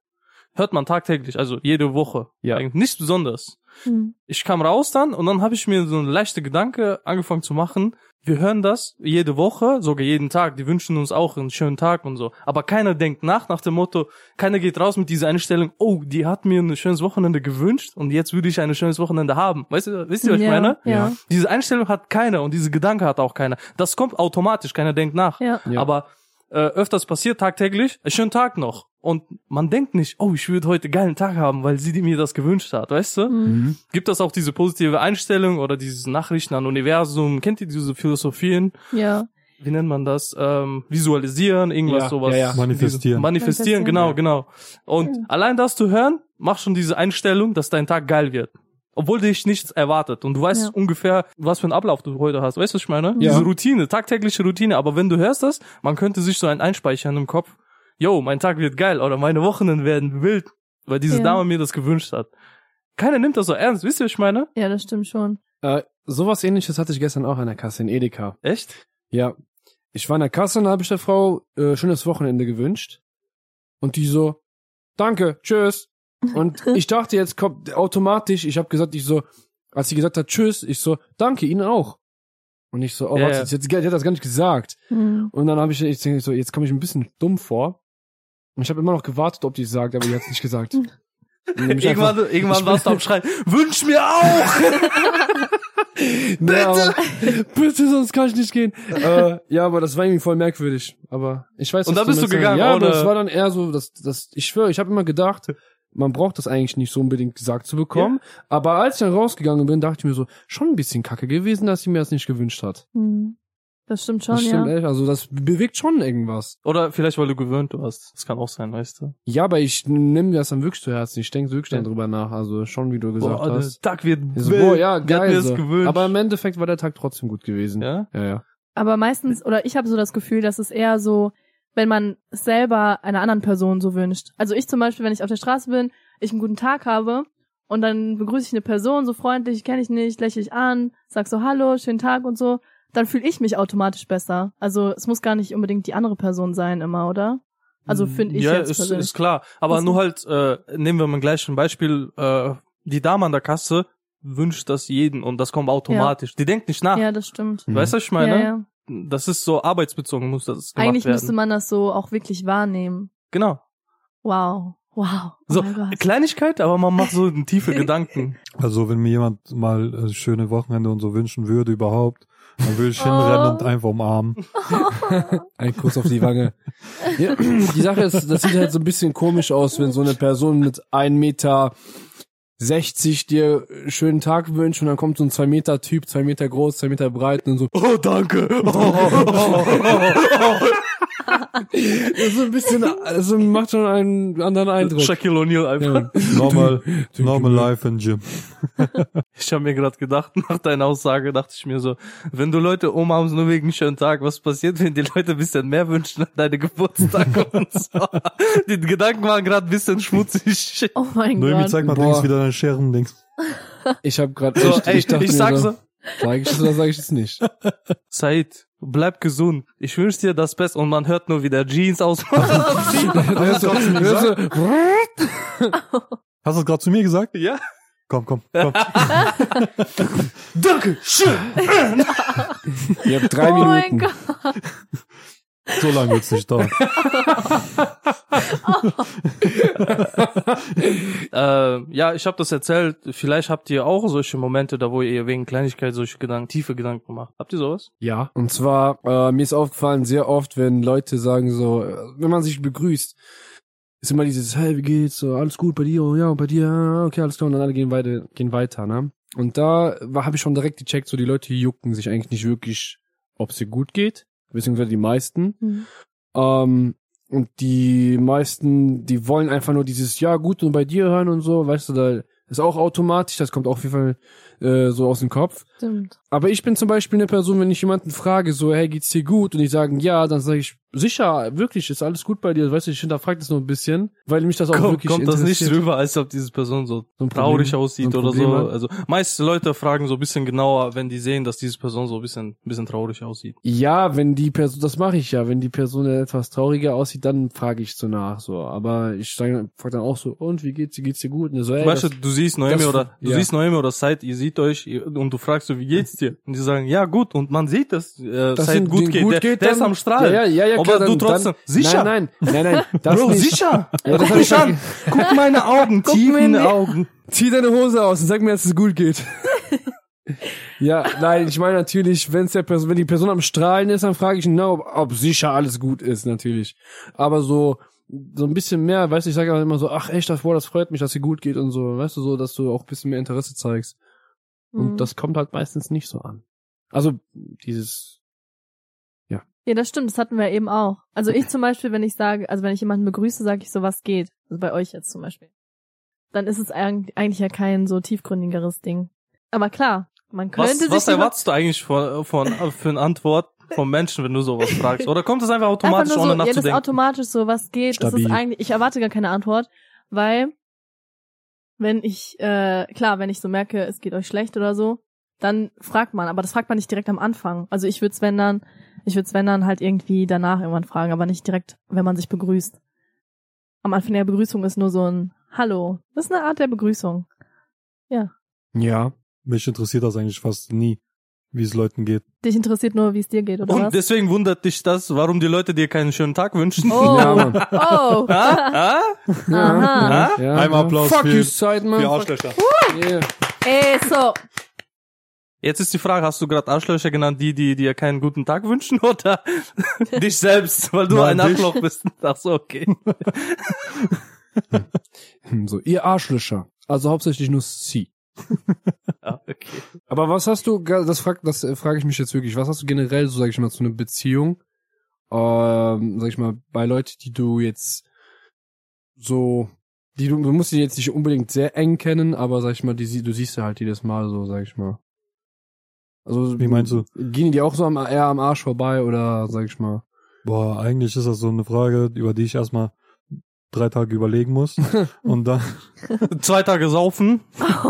S2: hört man tagtäglich, also jede Woche.
S3: Ja.
S2: Eigentlich nichts besonders.
S4: Hm.
S2: Ich kam raus dann und dann habe ich mir so einen leichten Gedanke angefangen zu machen. Wir hören das jede Woche, sogar jeden Tag. Die wünschen uns auch einen schönen Tag und so. Aber keiner denkt nach, nach dem Motto, keiner geht raus mit dieser Einstellung, oh, die hat mir ein schönes Wochenende gewünscht und jetzt würde ich ein schönes Wochenende haben. Weißt du, wisst ihr, was ich
S4: ja,
S2: meine?
S4: Ja.
S2: Diese Einstellung hat keiner und diese Gedanke hat auch keiner. Das kommt automatisch, keiner denkt nach.
S4: Ja.
S3: Ja.
S2: Aber äh, öfters passiert tagtäglich, äh, schönen Tag noch. Und man denkt nicht, oh, ich würde heute geilen Tag haben, weil sie mir das gewünscht hat, weißt du?
S4: Hm.
S1: Mhm.
S2: Gibt es auch diese positive Einstellung oder diese Nachrichten an Universum? Kennt ihr diese Philosophien?
S4: ja.
S2: Wie nennt man das? Ähm, visualisieren, irgendwas
S3: Ja,
S2: sowas.
S3: ja, ja.
S1: Manifestieren.
S2: Manifestieren,
S4: Manifestieren,
S2: genau,
S4: ja.
S2: genau. Und
S4: Ja.
S2: allein das zu hören, macht schon diese Einstellung, dass dein Tag geil wird. Obwohl dich nichts erwartet und du weißt
S4: Ja.
S2: ungefähr, was für einen Ablauf du heute hast. Weißt du, was ich meine?
S3: Ja.
S2: Diese Routine, tagtägliche Routine. Aber wenn du hörst das, man könnte sich so einen einspeichern im Kopf. Yo, mein Tag wird geil oder meine Wochenenden werden wild, weil diese
S4: Ja.
S2: Dame mir das gewünscht hat. Keiner nimmt das so ernst, wisst ihr, was ich meine?
S4: Ja, das stimmt schon.
S3: Äh, sowas ähnliches hatte ich gestern auch an der Kasse in Edeka.
S2: Echt?
S3: Ja. Ich war in der Kasse und habe ich der Frau äh, schönes Wochenende gewünscht. Und die so, danke, tschüss. Und ich dachte, jetzt kommt automatisch, ich habe gesagt, ich so, als sie gesagt hat, tschüss, ich so, danke, Ihnen auch. Und ich so, oh,
S2: Ja,
S3: warte,
S2: ja.
S3: sie hat- sie hat das gar nicht gesagt.
S4: Hm.
S3: Und dann habe ich, ich denke so, jetzt komme ich ein bisschen dumm vor. Und ich habe immer noch gewartet, ob die es sagt, aber die hat es nicht gesagt. Und nämlich
S2: Irgendwann, irgendwann warst du am Schreien, wünsch mir auch!
S3: Nee, aber, bitte, sonst kann ich nicht gehen. äh, ja, aber das war irgendwie voll merkwürdig. Aber ich weiß.
S2: Und
S3: was
S2: dann bist
S3: damit
S2: du
S3: sagen-
S2: gegangen,
S3: Ja,
S2: oder?
S3: aber das war dann eher so, dass, dass ich schwöre, ich habe immer gedacht, man braucht das eigentlich nicht so unbedingt gesagt zu bekommen. Aber als ich dann rausgegangen bin, dachte ich mir so, schon ein bisschen kacke gewesen, dass sie mir das nicht gewünscht hat.
S4: Hm. Das stimmt schon,
S3: das stimmt
S4: ja.
S3: echt. Also das bewegt schon irgendwas.
S2: Oder vielleicht, weil du gewöhnt warst. Das kann auch sein, weißt du.
S3: Ja, aber ich nehme mir das dann wirklich zu Herzen. Ich denke wirklich
S2: Ja.
S3: dann drüber nach. Also schon, wie du gesagt
S2: Boah, der
S3: hast.
S2: Tag wird
S3: Ich so,
S2: wild.
S3: boah, ja,
S2: Wir hatten
S3: geil.
S2: das
S3: So.
S2: gewünscht.
S3: Aber im Endeffekt war der Tag trotzdem gut gewesen.
S2: ja?
S3: ja. ja.
S4: Aber meistens, oder ich habe so das Gefühl, dass es eher so, wenn man es selber einer anderen Person so wünscht. Also ich zum Beispiel, wenn ich auf der Straße bin, ich einen guten Tag habe und dann begrüße ich eine Person so freundlich, kenne ich nicht, lächle ich an, sag so Hallo, schönen Tag und so, dann fühle ich mich automatisch besser. Also es muss gar nicht unbedingt die andere Person sein immer, oder? Also finde ich
S2: Mm, ja,
S4: jetzt
S2: ist,
S4: persönlich.
S2: ist klar. Aber
S4: Ist-
S2: nur halt, äh, nehmen wir mal gleich ein Beispiel, äh, die Dame an der Kasse wünscht das jeden und das kommt automatisch. Die denkt nicht nach.
S4: ja, das stimmt.
S2: Weißt du, was ich
S4: Ja,
S2: meine?
S4: ja.
S2: Das ist so arbeitsbezogen, muss das gemacht
S4: Eigentlich
S2: werden.
S4: müsste man das so auch wirklich wahrnehmen.
S2: genau.
S4: Wow. Wow. Oh
S2: So,
S4: mein Gott.
S2: Kleinigkeit, aber man macht so tiefe Gedanken.
S1: Also wenn mir jemand mal äh, schöne Wochenende und so wünschen würde überhaupt, dann würde ich hinrennen
S4: Oh.
S1: und einfach umarmen.
S3: Ein Kuss auf die Wange. Ja, die Sache ist, das sieht halt so ein bisschen komisch aus, wenn so eine Person mit 1,60 Meter dir äh, schönen Tag wünscht und dann kommt so ein 2 Meter Typ, 2 Meter groß, 2 Meter breit und so.
S2: Oh, danke. Oh, oh, oh, oh,
S3: Das ist so ein bisschen, also macht schon einen anderen
S2: oh.
S3: Eindruck.
S2: Shaquille O'Neal einfach.
S3: Ja.
S1: Normal,
S3: Thank
S1: normal
S3: you.
S1: life in gym.
S2: Ich habe mir gerade gedacht, nach deiner Aussage dachte ich mir so, wenn du Leute umarmst nur wegen schönen Tag, was passiert, wenn die Leute ein bisschen mehr wünschen an deine Geburtstage und so? Die Gedanken waren gerade ein bisschen schmutzig.
S4: Oh mein
S1: Noemi,
S4: Gott.
S1: zeig mal
S3: Boah.
S1: links wieder dein Scherendings.
S3: Ich habe gerade
S2: So,
S3: echt,
S2: ey,
S3: ich dachte
S2: ich
S3: mir
S2: sag
S3: so,
S2: so,
S3: sag ich es oder sag ich es nicht?
S2: Said, bleib gesund. Ich wünsch dir das Beste und man hört nur, wie der Jeans ausmacht.
S3: Hörst du, hörst du,
S1: Hast du das gerade zu mir gesagt?
S2: ja?
S1: Komm, komm, komm.
S2: Danke, schön.
S3: ihr habt drei
S4: oh mein
S3: Minuten.
S4: Gott.
S1: So lange wird's nicht dauern.
S2: Äh, ja, ich habe das erzählt. Vielleicht habt ihr auch solche Momente, da wo ihr wegen Kleinigkeit solche Gedanken, tiefe Gedanken macht. Habt ihr sowas?
S3: Ja. Und zwar, äh, mir ist aufgefallen, sehr oft, wenn Leute sagen so, äh, wenn man sich begrüßt, ist immer dieses, hey, wie geht's? So, alles gut bei dir? Oh, ja, bei dir? Ah, Okay, alles klar. Und dann alle gehen weiter, gehen weiter, ne? Und da habe ich schon direkt gecheckt, so die Leute jucken sich eigentlich nicht wirklich, ob es ihr gut geht, beziehungsweise die meisten.
S4: Hm.
S3: Ähm, und die meisten, die wollen einfach nur dieses Ja gut und bei dir hören und so, weißt du, da ist auch automatisch, das kommt auch auf jeden Fall äh, so aus dem Kopf.
S4: Stimmt.
S3: Aber ich bin zum Beispiel eine Person, wenn ich jemanden frage, so, hey, geht's dir gut? Und die sagen ja, dann sage ich, sicher, wirklich, ist alles gut bei dir. Weißt du, ich hinterfrage das nur ein bisschen, weil mich das auch
S2: Komm,
S3: wirklich
S2: kommt das nicht
S3: interessiert.
S2: rüber, als ob diese Person so
S3: So ein
S2: traurig
S3: Problem-
S2: aussieht
S3: so ein
S2: oder so.
S3: Problem hat?
S2: Also meiste Leute fragen so ein bisschen genauer, wenn die sehen, dass diese Person so ein bisschen, ein bisschen traurig aussieht.
S3: Ja, wenn die Person, das mache ich ja, wenn die Person etwas trauriger aussieht, dann frage ich so nach, so. Aber ich frage dann auch so, und wie geht's dir? Geht's dir gut? Und so, ey,
S2: weißt du,
S3: das,
S2: du siehst Noemi
S3: das-
S2: oder du
S3: ja.
S2: siehst Noemi oder Said, ihr seht euch ihr- und du fragst so, wie geht's dir? Und die sagen, ja gut, und man sieht, dass äh,
S3: das
S2: Said
S3: sind-
S2: gut
S3: denen
S2: geht. der, der ist
S3: dann-
S2: am Strahl.
S3: Ja, ja, ja,
S2: Aber
S3: klar, dann,
S2: du trotzdem,
S3: dann,
S2: sicher?
S3: Nein, nein, nein, nein, das
S2: Bro,
S3: nicht.
S2: sicher?
S3: Ja, das
S2: Guck
S3: hab ich
S2: mich an. Guck meine Augen,
S4: Guck
S2: tief
S4: mir in
S2: in
S4: die-
S2: die Augen.
S3: Zieh deine Hose aus und sag mir, dass es gut geht. ja, nein, ich meine natürlich, wenn's der Person, wenn die Person am Strahlen ist, dann frage ich ihn, na, ob, ob sicher alles gut ist, natürlich. Aber so, so ein bisschen mehr, weißt du, ich sage immer so, ach echt, das, boah, das freut mich, dass dir gut geht und so, weißt du, so, dass du auch ein bisschen mehr Interesse zeigst. Und
S4: Mhm.
S3: das kommt halt meistens nicht so an. Also, dieses,
S4: Ja, das stimmt, das hatten wir eben auch. Also ich zum Beispiel, wenn ich sage, also wenn ich jemanden begrüße, sage ich so, was geht. Also bei euch jetzt zum Beispiel. Dann ist es eigentlich eigentlich ja kein so tiefgründigeres Ding. Aber klar, man könnte
S2: Was, was
S4: sich
S2: erwartest du eigentlich von, von, für eine Antwort vom Menschen, wenn du sowas fragst? Oder kommt das einfach
S4: einfach
S2: automatisch,
S4: nur
S2: ohne
S4: so, ja, das ist
S2: nachzudenken?
S4: automatisch so, was geht. Das
S3: Stabil.
S4: ist eigentlich, ich erwarte gar keine Antwort, weil wenn ich, äh, klar, wenn ich so merke, es geht euch schlecht oder so, dann fragt man, aber das fragt man nicht direkt am Anfang. Also ich würde wenn dann, ich würde wenn dann halt irgendwie danach irgendwann fragen, aber nicht direkt, wenn man sich begrüßt. Am Anfang der Begrüßung ist nur so ein Hallo. Das ist eine Art der Begrüßung.
S3: ja.
S1: Mich interessiert das eigentlich fast nie, wie es Leuten geht.
S4: Dich interessiert nur, wie es dir geht, oder
S2: Und
S4: was?
S2: deswegen wundert dich das, warum die Leute dir keinen schönen Tag wünschen.
S4: Oh,
S3: Ja, Mann.
S4: oh,
S2: Ah? Ah?
S4: aha.
S2: Ah?
S3: ja
S1: Einmal Applaus
S3: Fuck
S1: für-
S3: you, Sideman.
S1: Vier Arschlöcher.
S3: Yeah.
S4: Ey, so,
S2: Jetzt ist die Frage, hast du gerade Arschlöcher genannt, die, die dir keinen guten Tag wünschen oder dich selbst, weil du
S1: Nein,
S2: ein
S1: dich.
S2: Arschloch bist? Ach so, okay.
S3: Hm, So, ihr Arschlöcher. Also hauptsächlich nur sie.
S2: Ah, okay.
S3: Aber was hast du, ge- das frag, das äh, frage ich mich jetzt wirklich, was hast du generell, so sag ich mal, zu einer Beziehung, ähm, sag ich mal, bei Leuten, die du jetzt so, die du, du musst die jetzt nicht unbedingt sehr eng kennen, aber sag ich mal, die, sie- du siehst sie halt jedes Mal so, sag ich mal. Also,
S1: Wie meinst du?
S3: Gehen die auch so am, eher am Arsch vorbei oder, sag ich mal,
S1: Boah, eigentlich ist das so eine Frage, über die ich erstmal drei Tage überlegen muss. und dann,
S2: Zwei Tage saufen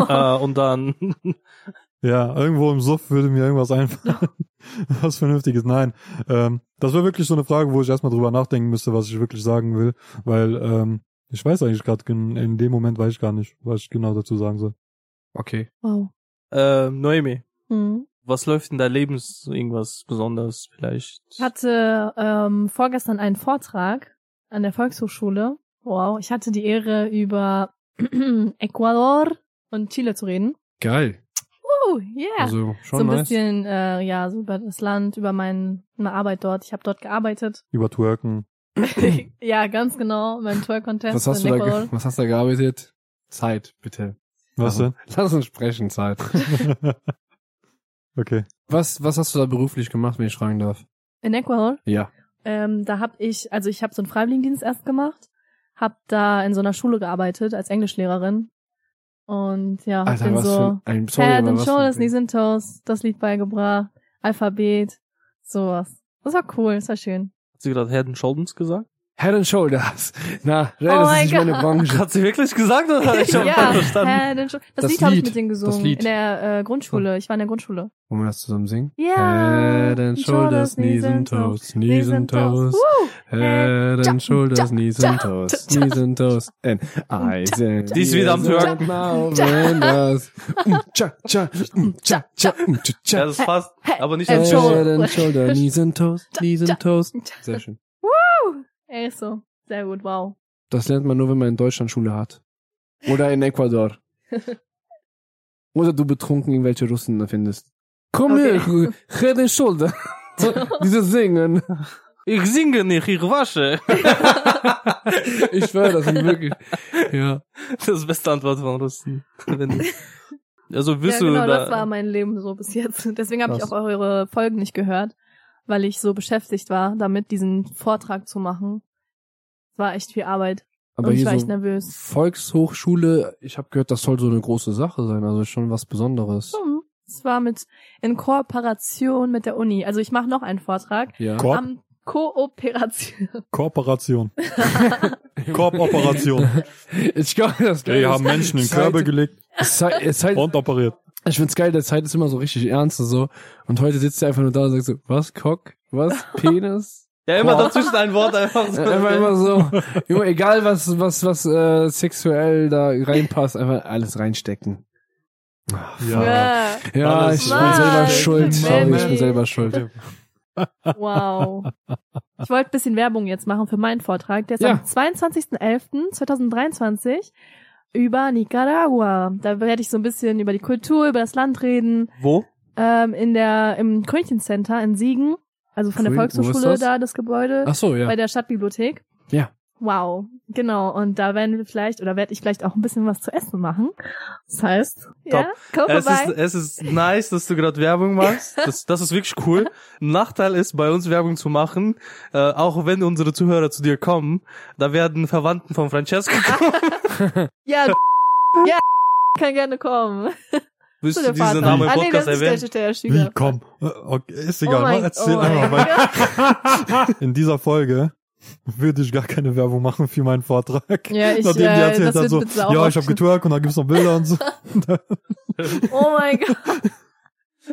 S2: äh, und dann
S1: ja, irgendwo im Suff würde mir irgendwas einfallen. was Vernünftiges. Nein. Ähm, das wäre wirklich so eine Frage, wo ich erstmal drüber nachdenken müsste, was ich wirklich sagen will. Weil, ähm, ich weiß eigentlich gerade, gen- in dem Moment weiß ich gar nicht, was ich genau dazu sagen soll.
S3: okay.
S4: wow.
S2: äh, Noemi.
S4: Hm.
S2: Was läuft in deinem Leben? Ist Irgendwas Besonderes vielleicht?
S4: Ich hatte ähm, vorgestern einen Vortrag an der Volkshochschule. Wow, ich hatte die Ehre, über Ecuador und Chile zu reden.
S3: Geil.
S4: Oh, yeah.
S3: Also, schon
S4: so ein
S3: nice.
S4: bisschen, äh, ja, so über das Land, über mein, meine Arbeit dort. Ich habe dort gearbeitet.
S1: Über Twerken.
S4: ja, ganz genau, mein Tour-Contest
S3: was hast du
S4: in
S3: da,
S4: Ecuador.
S3: ge- was hast du da gearbeitet? Zeit, bitte.
S1: Was
S3: Also, Lass uns sprechen, Zeit.
S1: denn? okay.
S3: Was, was hast du da beruflich gemacht, wenn ich fragen darf?
S4: In Ecuador
S3: Ja.
S4: Ähm, da habe ich, also ich habe so einen Freiwilligendienst erst gemacht, habe da in so einer Schule gearbeitet als Englischlehrerin und ja, hab
S3: Alter,
S4: den
S3: was
S4: so
S3: für ein, ein sorry,
S4: Head
S3: aber
S4: and
S3: was für
S4: Shoulders,
S3: ein,
S4: Knees and Toes, das Lied beigebracht, Alphabet, sowas. Das war cool, das war schön.
S2: Hat sie gerade Head and Shoulders gesagt?
S3: Head and Shoulders. Na, Ray,
S4: Oh
S3: das ist
S4: mein
S3: nicht meine
S4: Gott.
S3: Branche.
S2: Hat sie wirklich gesagt oder? Ich hab
S4: ja,
S2: nicht verstanden.
S4: Head and Shoulders. Das,
S3: Das
S4: Lied habe ich
S3: Lied,
S4: mit denen
S3: das
S4: gesungen
S3: Lied.
S4: in der äh, Grundschule. Ich war in der Grundschule.
S3: Wollen wir das zusammen singen?
S4: Ja.
S3: Head and Shoulders, Knees and Toes, Knees and Toes.
S4: Woo.
S3: Head and Shoulders,
S4: Ja,
S3: Knees and
S4: ja,
S3: Toes,
S4: ja,
S3: Knees and Toes. And I said,
S2: Die ist wieder am Twerken.
S3: das. Mm, Cha, cha, mm, cha, cha, mm, cha,
S2: Ja,
S3: cha.
S2: das ist fast, aber nicht
S4: and
S2: so schlimm.
S3: Head and
S4: Shoulders.
S3: Shoulders, Knees and Toes, Knees
S4: Ja,
S3: and Toes.
S4: ja.
S3: Sehr schön.
S4: Ey, so. Sehr gut, wow.
S3: Das lernt man nur, wenn man in Deutschland Schule hat. Oder in Ecuador. Oder du betrunken irgendwelche Russen da findest. Komm
S4: Okay.
S3: her, red den Schulter. Dieses Singen.
S2: Ich singe nicht, ich wasche.
S3: Ich schwöre, das sind wirklich. Ja.
S2: Das ist die beste Antwort von Russen. Wenn die- Also willst
S4: ja, genau,
S2: du da,
S4: das war mein Leben so bis jetzt. Deswegen habe ich
S3: Krass.
S4: auch eure Folgen nicht gehört, weil ich so beschäftigt war, damit diesen Vortrag zu machen. Es war echt viel Arbeit
S3: Aber
S4: und ne- ich war
S3: hier
S4: echt
S3: so
S4: nervös.
S3: Volkshochschule, ich habe gehört, das soll so eine große Sache sein, also schon was Besonderes.
S4: Mhm. Es war mit in Kooperation mit der Uni. Also ich mache noch einen Vortrag.
S3: Ja.
S1: Korb?
S4: Am, Kooperation.
S1: Kooperation. Kooperation.
S3: Ich glaube, das
S1: Wir haben Menschen in Körbe gelegt
S3: Zeit,
S1: und operiert.
S3: Ich find's geil, der Zeit ist immer so richtig ernst und so. Und heute sitzt er einfach nur da und sagt so, was, Cock? Was? Penis?
S2: Ja, immer
S3: Boah.
S2: dazwischen ein Wort einfach so.
S3: Äh, einfach immer so, immer egal was, was, was äh, sexuell da reinpasst, einfach alles reinstecken.
S1: Ja.
S3: Ja,
S1: Alles
S3: ich
S4: rein.
S3: bin selber
S4: Mann,
S3: schuld. Sorry, ich
S4: Manny.
S3: bin selber schuld.
S4: Wow. Ich wollte ein bisschen Werbung jetzt machen für meinen Vortrag. Der ist
S3: Ja.
S4: am 22.11.2023 über Nicaragua. Da werde ich so ein bisschen über die Kultur, über das Land reden.
S2: Wo?
S4: Ähm, in der, im Krönchen Center in Siegen. Also von der
S3: Krön- wo ist
S4: Volkshochschule
S3: das?
S4: da, das Gebäude.
S3: Ach so,
S4: bei
S3: ja.
S4: der Stadtbibliothek.
S3: Ja.
S4: Wow, genau. Und da werden wir vielleicht, oder werde ich vielleicht auch ein bisschen was zu essen machen. Das heißt, ja, komm
S2: Es ist,
S4: vorbei.
S2: es ist nice, dass du gerade Werbung machst. Das, das ist wirklich cool. Nachteil ist, bei uns Werbung zu machen, äh, auch wenn unsere Zuhörer zu dir kommen, da werden Verwandten von Francesco kommen.
S4: Ja, ja, kann gerne kommen.
S2: Willst
S4: Zu
S2: du
S4: der
S2: diesen
S4: Vater.
S2: Namen im
S4: ah, nee,
S2: Podcast
S4: das ist
S2: erwähnen?
S4: der, der
S1: Wie,
S4: Schüler.
S1: komm. Äh, Okay, ist
S4: Oh
S1: egal,
S4: mein-
S1: ne? erzähl
S4: oh
S1: einfach
S4: mein
S1: weiter. In dieser Folge würde ich gar keine Werbung machen für meinen Vortrag.
S4: Ja, ich,
S1: Nachdem die
S4: äh,
S1: erzählt
S4: das
S1: hat,
S4: wird
S1: so,
S4: bitte auch
S1: ja, ich habe getwerkt und da gibt's noch Bilder und so.
S4: Oh mein Gott,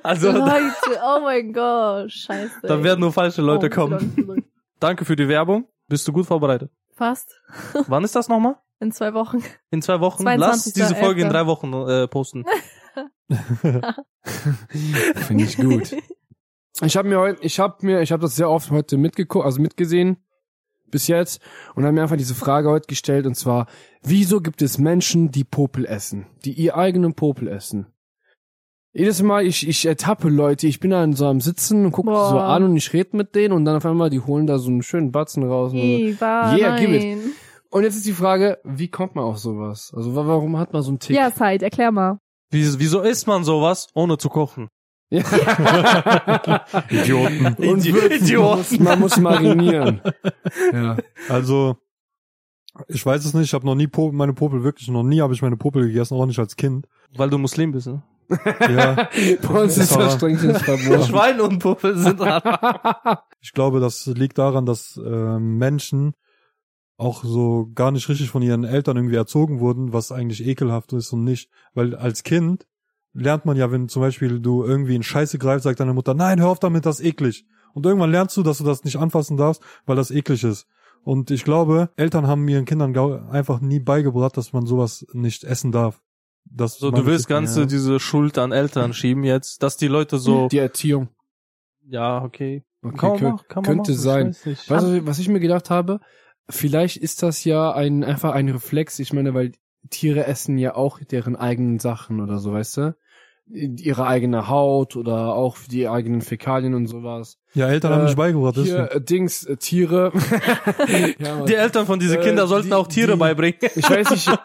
S2: Also, da,
S4: Leute, oh mein Gott, scheiße.
S2: da werden nur falsche Leute
S4: Oh,
S2: kommen.
S4: kommen.
S2: Danke für die Werbung. Bist du gut vorbereitet?
S4: Fast.
S2: Wann ist das nochmal?
S4: In zwei Wochen.
S2: In zwei Wochen? Lass
S4: 22.11..
S2: diese Folge in drei Wochen äh, posten.
S3: Finde ich gut. Ich habe mir heute, ich habe mir, ich habe das sehr oft heute mitgeguckt, also mitgesehen bis jetzt und habe mir einfach diese Frage heute gestellt und zwar, wieso gibt es Menschen, die Popel essen, die ihr eigenen Popel essen? Jedes Mal, ich, ich ertappe Leute, ich bin dann so am Sitzen und gucke
S4: Boah.
S3: so an und ich rede mit denen und dann auf einmal, die holen da so einen schönen Batzen raus. Und, so.
S4: Eva,
S3: Yeah,
S4: nein.
S3: gib it. und jetzt ist die Frage, wie kommt man auf sowas? Also wa- warum hat man so einen Tick?
S4: Ja, Zeit, erklär mal.
S2: Wieso, wieso isst man sowas, ohne zu kochen?
S3: Ja.
S1: Idioten.
S3: und
S2: Idi-
S3: würzen. Man muss, man muss marinieren. Ja.
S1: Also, ich weiß es nicht, ich habe noch nie Popel, meine Popel wirklich, noch nie habe ich meine Popel gegessen, auch nicht als Kind.
S2: Weil du Muslim bist, ne?
S1: Ja,
S3: Bei uns ist das strenges Verbot.
S2: Schwein und Puppe sind da.
S1: ich glaube, das liegt daran, dass äh, Menschen auch so gar nicht richtig von ihren Eltern irgendwie erzogen wurden, was eigentlich ekelhaft ist und nicht. Weil als Kind lernt man ja, wenn zum Beispiel du irgendwie in Scheiße greifst, sagt deine Mutter, nein, hör auf damit, das ist eklig. Und irgendwann lernst du, dass du das nicht anfassen darfst, weil das eklig ist. Und ich glaube, Eltern haben ihren Kindern gau- einfach nie beigebracht, dass man sowas nicht essen darf. Dass
S2: So,
S1: man-
S2: du willst ganze
S1: Ja.
S2: diese Schuld an Eltern schieben jetzt, dass die Leute so,
S3: Die Erziehung.
S2: ja, okay. man
S3: Okay, kö-
S2: machen, kann man machen,
S3: könnte
S2: ich
S3: sein.
S2: weiß nicht.
S3: Weißt du, was ich mir gedacht habe? Vielleicht ist das ja ein, einfach ein Reflex. Ich meine, weil Tiere essen ja auch deren eigenen Sachen oder so, weißt du? Ihre eigene Haut oder auch die eigenen Fäkalien und sowas.
S1: Ja, Eltern haben
S3: Äh,
S1: nicht beigebracht,
S3: Hier,
S1: deswegen.
S3: äh, Dings, äh, Tiere. ja, Mann.
S2: Die Eltern von diese
S3: Äh,
S2: Kinder sollten
S3: die-
S2: auch Tiere
S3: die-
S2: beibringen.
S3: Ich weiß nicht.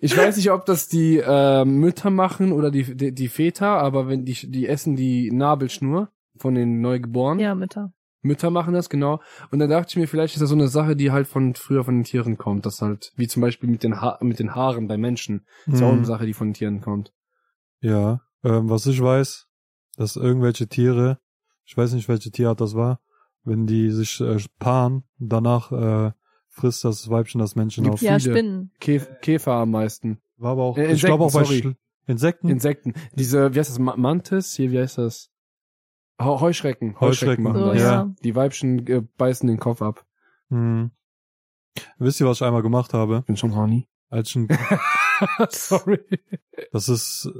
S3: ich weiß nicht, ob das die äh, Mütter machen oder die, die, die Väter, aber wenn die, die essen die Nabelschnur von den Neugeborenen.
S4: Ja, Mütter.
S3: Mütter machen das, genau. Und dann dachte ich mir, vielleicht ist das so eine Sache, die halt von früher von den Tieren kommt. Das halt, wie zum Beispiel mit den, ha mit den Haaren bei Menschen. Das ist auch eine
S1: Mhm.
S3: Sache, die von den Tieren kommt.
S1: Ja, ähm, was ich weiß, dass irgendwelche Tiere, ich weiß nicht, welche Tierart das war, wenn die sich äh, paaren, danach äh, frisst das Weibchen das Männchen
S3: Gibt-
S1: auf.
S4: Ja,
S3: Viele.
S4: Spinnen.
S3: Käf Käfer am meisten.
S1: War aber auch,
S3: Äh,
S1: ich glaube auch bei
S3: Insekten,
S1: Schl- Insekten,
S3: Insekten. Diese, wie heißt das, Ma Mantis? Hier, wie heißt das? Ha- Heuschrecken.
S1: Heuschrecken,
S3: machen
S4: so,
S3: das.
S4: ja.
S3: Die Weibchen äh, beißen den Kopf ab.
S1: Mhm. Wisst ihr, was ich einmal gemacht habe?
S3: Bin schon horny.
S1: Als ich ein,
S3: Sorry.
S1: das ist,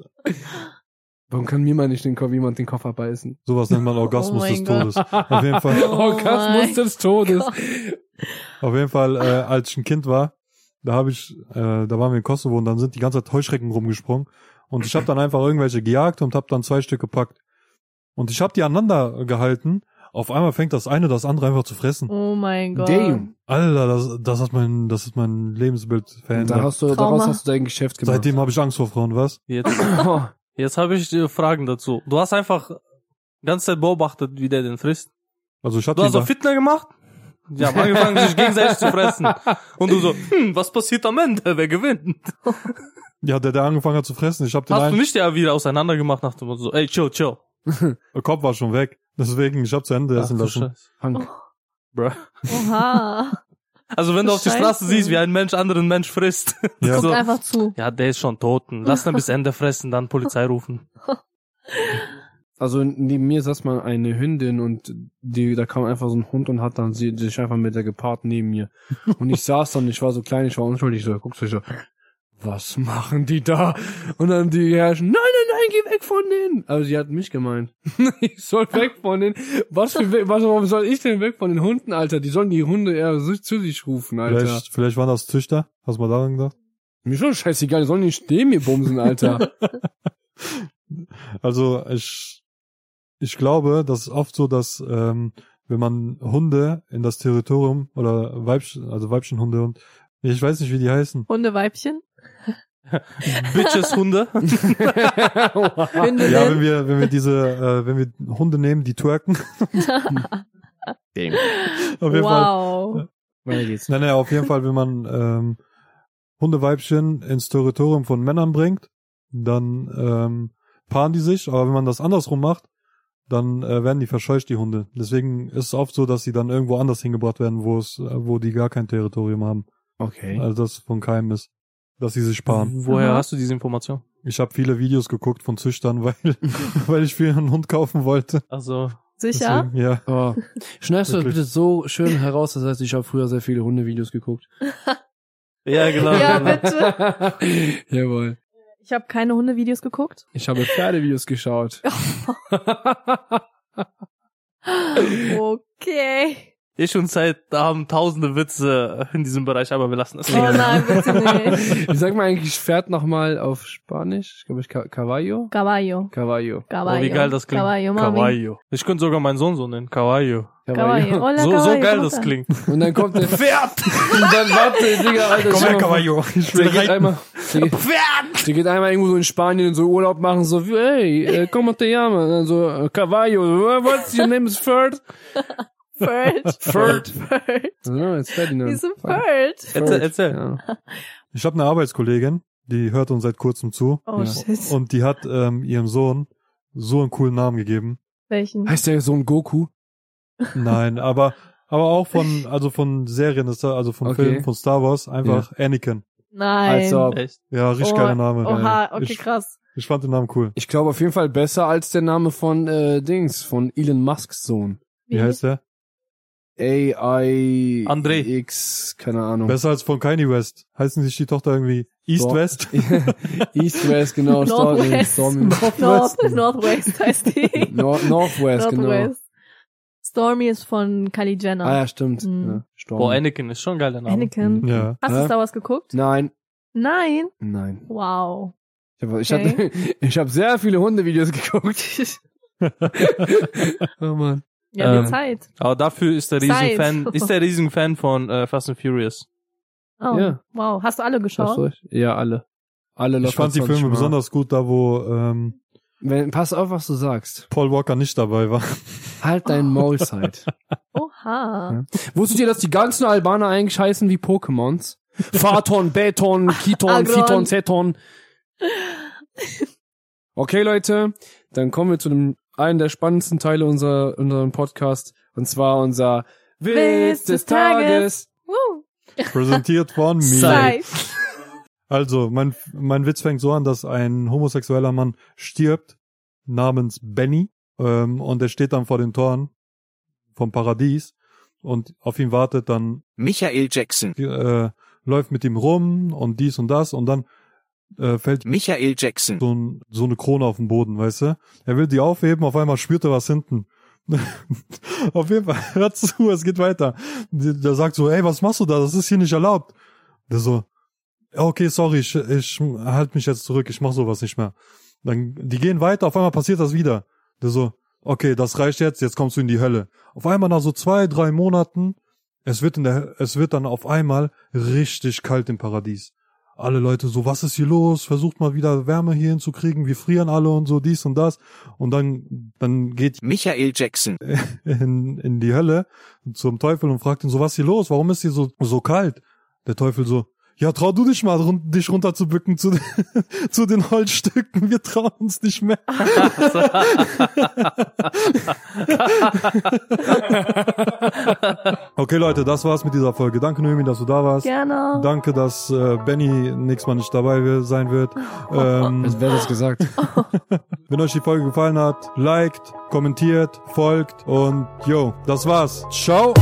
S3: Warum kann mir mal nicht den Kopf, jemand den Kopf abbeißen?
S1: sowas nennt man
S4: Oh
S1: Orgasmus
S4: mein
S1: des
S4: Gott.
S1: Todes. Auf jeden Fall.
S3: Orgasmus
S4: Oh mein
S3: Oh, des Todes.
S1: Auf jeden Fall, äh, als ich ein Kind war, da habe ich, äh, da waren wir in Kosovo und dann sind die ganze Zeit Heuschrecken rumgesprungen und ich habe dann einfach irgendwelche gejagt und habe dann zwei Stück gepackt und ich habe die aneinander gehalten. Auf einmal fängt das eine das andere einfach zu fressen.
S4: Oh mein Gott.
S3: Damn.
S1: Alter, das, das hat mein, das ist mein Lebensbild
S3: Und da
S1: verändert.
S3: hast du, daraus
S4: Trauma.
S3: hast du dein Geschäft gemacht. Oh,
S1: Seitdem habe ich Angst vor Frauen, was?
S2: Jetzt, jetzt habe ich äh, Fragen dazu. Du hast einfach die ganze Zeit beobachtet, wie der den frisst.
S1: Also ich hatte
S2: Du hast auch
S1: da,
S2: Fitner gemacht? Die haben angefangen, sich gegenseitig zu fressen. Und du so, hm, was passiert am Ende? Wer gewinnt?
S1: ja, der, der angefangen hat zu fressen. Ich habe den
S2: Hast du
S1: einen,
S2: nicht ja wieder auseinander gemacht nach dem Motto so, ey, chill, chill.
S1: der Kopf war schon weg. Deswegen, ich habe zu Ende essen
S2: Ach, du
S1: lassen.
S2: Scheiß.
S3: Hank.
S2: Bruh.
S4: Oha.
S2: Also wenn du auf die
S4: Scheiße.
S2: Straße siehst, wie ein Mensch anderen Mensch frisst.
S1: Ja.
S4: Guckt
S2: So.
S4: einfach zu.
S2: Ja, der ist schon toten. Lass ihn bis Ende fressen, dann Polizei rufen.
S3: Also neben mir saß mal eine Hündin und die, da kam einfach so ein Hund und hat dann sie, sich einfach mit der gepaart neben mir. Und ich saß dann, ich war so klein, ich war unschuldig, so, guckst du so, was machen die da? Und dann die herrschen, nein, nein, nein, geh weg von denen. Aber sie hat mich gemeint. ich soll weg von denen. Was für, we- was, warum soll ich denn weg von den Hunden, Alter? Die sollen die Hunde eher so zu sich rufen, Alter.
S1: Vielleicht, vielleicht waren das Züchter. Hast du mal daran gedacht?
S3: Mir schon scheißegal, die sollen nicht neben mir bumsen, Alter.
S1: Also ich, ich glaube, das ist oft so, dass ähm, wenn man Hunde in das Territorium oder Weibchen, also Weibchenhunde und ich weiß nicht, wie die heißen.
S4: Hundeweibchen.
S2: Bitches Hunde.
S4: Hündin.
S1: Ja, wenn wir, wenn wir diese, äh, wenn wir Hunde nehmen, die twerken.
S3: Damn.
S1: Auf jeden Fall.
S4: wow.
S3: Weiter geht's.
S1: Nein, nein, auf jeden Fall, wenn man ähm, Hundeweibchen ins Territorium von Männern bringt, dann ähm, paaren die sich, aber wenn man das andersrum macht, dann äh, werden die verscheucht, die Hunde. Deswegen ist es oft so, dass sie dann irgendwo anders hingebracht werden, wo es, äh, wo die gar kein Territorium haben.
S3: Okay.
S1: Also das von keinem ist, dass sie sich paaren.
S2: Woher
S4: Aha.
S2: hast du diese Information?
S1: Ich habe viele Videos geguckt von Züchtern, weil, weil ich viel einen Hund kaufen wollte.
S2: Also,
S4: Sicher?
S1: Deswegen, ja.
S3: Oh. Schneidest du das
S1: Wirklich.
S3: bitte so schön heraus, das heißt, ich habe früher sehr viele Hundevideos geguckt.
S2: ja genau.
S4: Ja,
S2: genau.
S4: bitte.
S3: Jawohl.
S4: Ich habe keine Hundevideos geguckt.
S3: Ich habe Pferdevideos geschaut.
S4: Okay.
S2: Ich und Zeit haben tausende Witze in diesem Bereich, aber wir lassen es
S4: Oh
S2: lieber.
S4: nein, bitte nicht.
S3: Wie sagt man eigentlich Pferd nochmal auf Spanisch? Ich glaube, ich Ca- Caballo?
S4: Caballo.
S3: Caballo.
S4: Caballo.
S2: Oh, wie geil das klingt.
S4: Caballo, Mami.
S2: Caballo. Ich könnte sogar meinen Sohn so nennen. Caballo.
S4: Caballo. Hola,
S2: So,
S4: Caballo.
S2: so geil
S4: ¿cómo
S2: das
S4: estás?
S2: klingt.
S3: Und dann kommt der Pferd! Und dann warte, Digga, Alter.
S1: Komm her,
S3: schau mal.
S1: Caballo. Ich will
S3: Der
S1: rein.
S3: geht einmal, der geht, der geht einmal irgendwo so in Spanien und so Urlaub machen, so, hey, äh, como te llamas? Und dann so, äh, Caballo, what's your name is Ferd?
S4: Bird.
S3: Ferd.
S4: Bird.
S3: No, it's Ferdinand.
S4: Wieso Bird?
S2: Erzähl, erzähl.
S3: Ja.
S1: Ich habe eine Arbeitskollegin, die hört uns seit kurzem zu.
S4: Oh
S3: Ja.
S4: shit.
S1: Und die hat ähm, ihrem Sohn so einen coolen Namen gegeben.
S4: Welchen?
S3: Heißt der Sohn Goku?
S1: Nein, aber aber auch von also von Serien, das- also von
S3: Okay.
S1: Filmen, von Star Wars einfach Anakin.
S4: Nein.
S3: Also,
S2: Echt?
S1: Ja, richtig
S4: Oh,
S1: geiler Name.
S4: Oha, okay,
S1: äh, ich,
S4: krass.
S1: ich fand den Namen cool.
S3: ich glaube auf jeden Fall besser als der Name von äh, Dings, von Elon Musks Sohn.
S1: Wie heißt der?
S3: AI
S2: André.
S3: X, keine Ahnung.
S1: Besser als von Kanye West. Heißen sich die Tochter irgendwie East
S3: Boah.
S1: West?
S3: East West, genau. Stormy,
S4: Northwest.
S3: Stormy.
S4: North, Northwest heißt die.
S3: Nor Northwest, genau.
S4: Northwest. Stormy ist von Kylie
S3: Ah
S4: Jenner.
S3: ja, stimmt.
S4: Mhm.
S3: Ja, Stormy.
S2: Boah, Anakin ist schon ein geiler Name.
S4: Anakin.
S1: Ja.
S4: Hast
S3: Hä?
S4: du Star Wars geguckt?
S3: Nein,
S4: Nein.
S3: nein.
S4: Wow.
S3: Ich habe ich
S4: Okay.
S3: hab, ich hab sehr viele Hundevideos geguckt. oh Mann.
S4: Ja, die
S2: Ähm,
S4: Zeit.
S2: Aber dafür ist der
S4: Zeit.
S2: Riesenfan, ist der Riesenfan von äh, Fast and Furious.
S4: Oh,
S3: ja.
S4: Wow. Hast du alle
S3: Hast du
S4: geschaut?
S3: recht. Ja, alle. Alle
S1: Ich
S3: locker
S1: fand die
S3: 20
S1: Filme
S3: Mal.
S1: besonders gut, da wo ähm,
S3: Wenn, pass auf, was du sagst.
S1: Paul Walker nicht dabei war.
S3: Halt dein Maul, Zeit.
S4: Oha.
S3: Ja. Wusstet ihr, dass die ganzen Albaner eigentlich heißen wie Pokémons? Phaton, Beton, Kiton,
S4: Agron.
S3: Phyton, Zeton. Okay, Leute, dann kommen wir zu dem einen der spannendsten Teile unserer unserem Podcast und zwar unser Witz des Tages.
S4: Woo.
S1: Präsentiert von mir.
S2: Sei.
S4: Zeit.
S1: Also, mein, mein Witz fängt so an, dass ein homosexueller Mann stirbt, namens Benny, ähm, und er steht dann vor den Toren vom Paradies und auf ihn wartet dann,
S5: Michael Jackson.
S1: äh, läuft mit ihm rum und dies und das und dann äh, fällt
S5: Michael Jackson.
S1: so, ein, so eine Krone auf den Boden, weißt du? Er will die aufheben, auf einmal spürt er was hinten. auf jeden Fall, hört zu, es geht weiter. Die- Der sagt so, ey, was machst du da? Das ist hier nicht erlaubt. Der so, "Ja, okay, sorry, ich, ich halt mich jetzt zurück, ich mach sowas nicht mehr. Dann, die gehen weiter, auf einmal passiert das wieder. Der so, okay, das reicht jetzt, jetzt kommst du in die Hölle. Auf einmal nach so zwei, drei Monaten, es wird in der, es wird dann auf einmal richtig kalt im Paradies alle Leute so, was ist hier los? Versucht mal wieder Wärme hier hinzukriegen, wir frieren alle und so, dies und das. Und dann, dann geht
S5: Michael Jackson.
S1: in, in die Hölle zum Teufel und fragt ihn so, was ist hier los? Warum ist hier so, so kalt? Der Teufel so, ja, trau du dich mal, run dich runterzubücken zu, den- zu den Holzstücken. Wir trauen uns nicht mehr. okay, Leute, das war's mit dieser Folge. Danke, Noemi, dass du da warst.
S4: Gerne.
S1: Danke, dass äh, Benny nächstes Mal nicht dabei wi- sein wird. Ähm,
S3: Wer hat das gesagt?
S1: wenn euch die Folge gefallen hat, liked, kommentiert, folgt und yo, das war's. Ciao!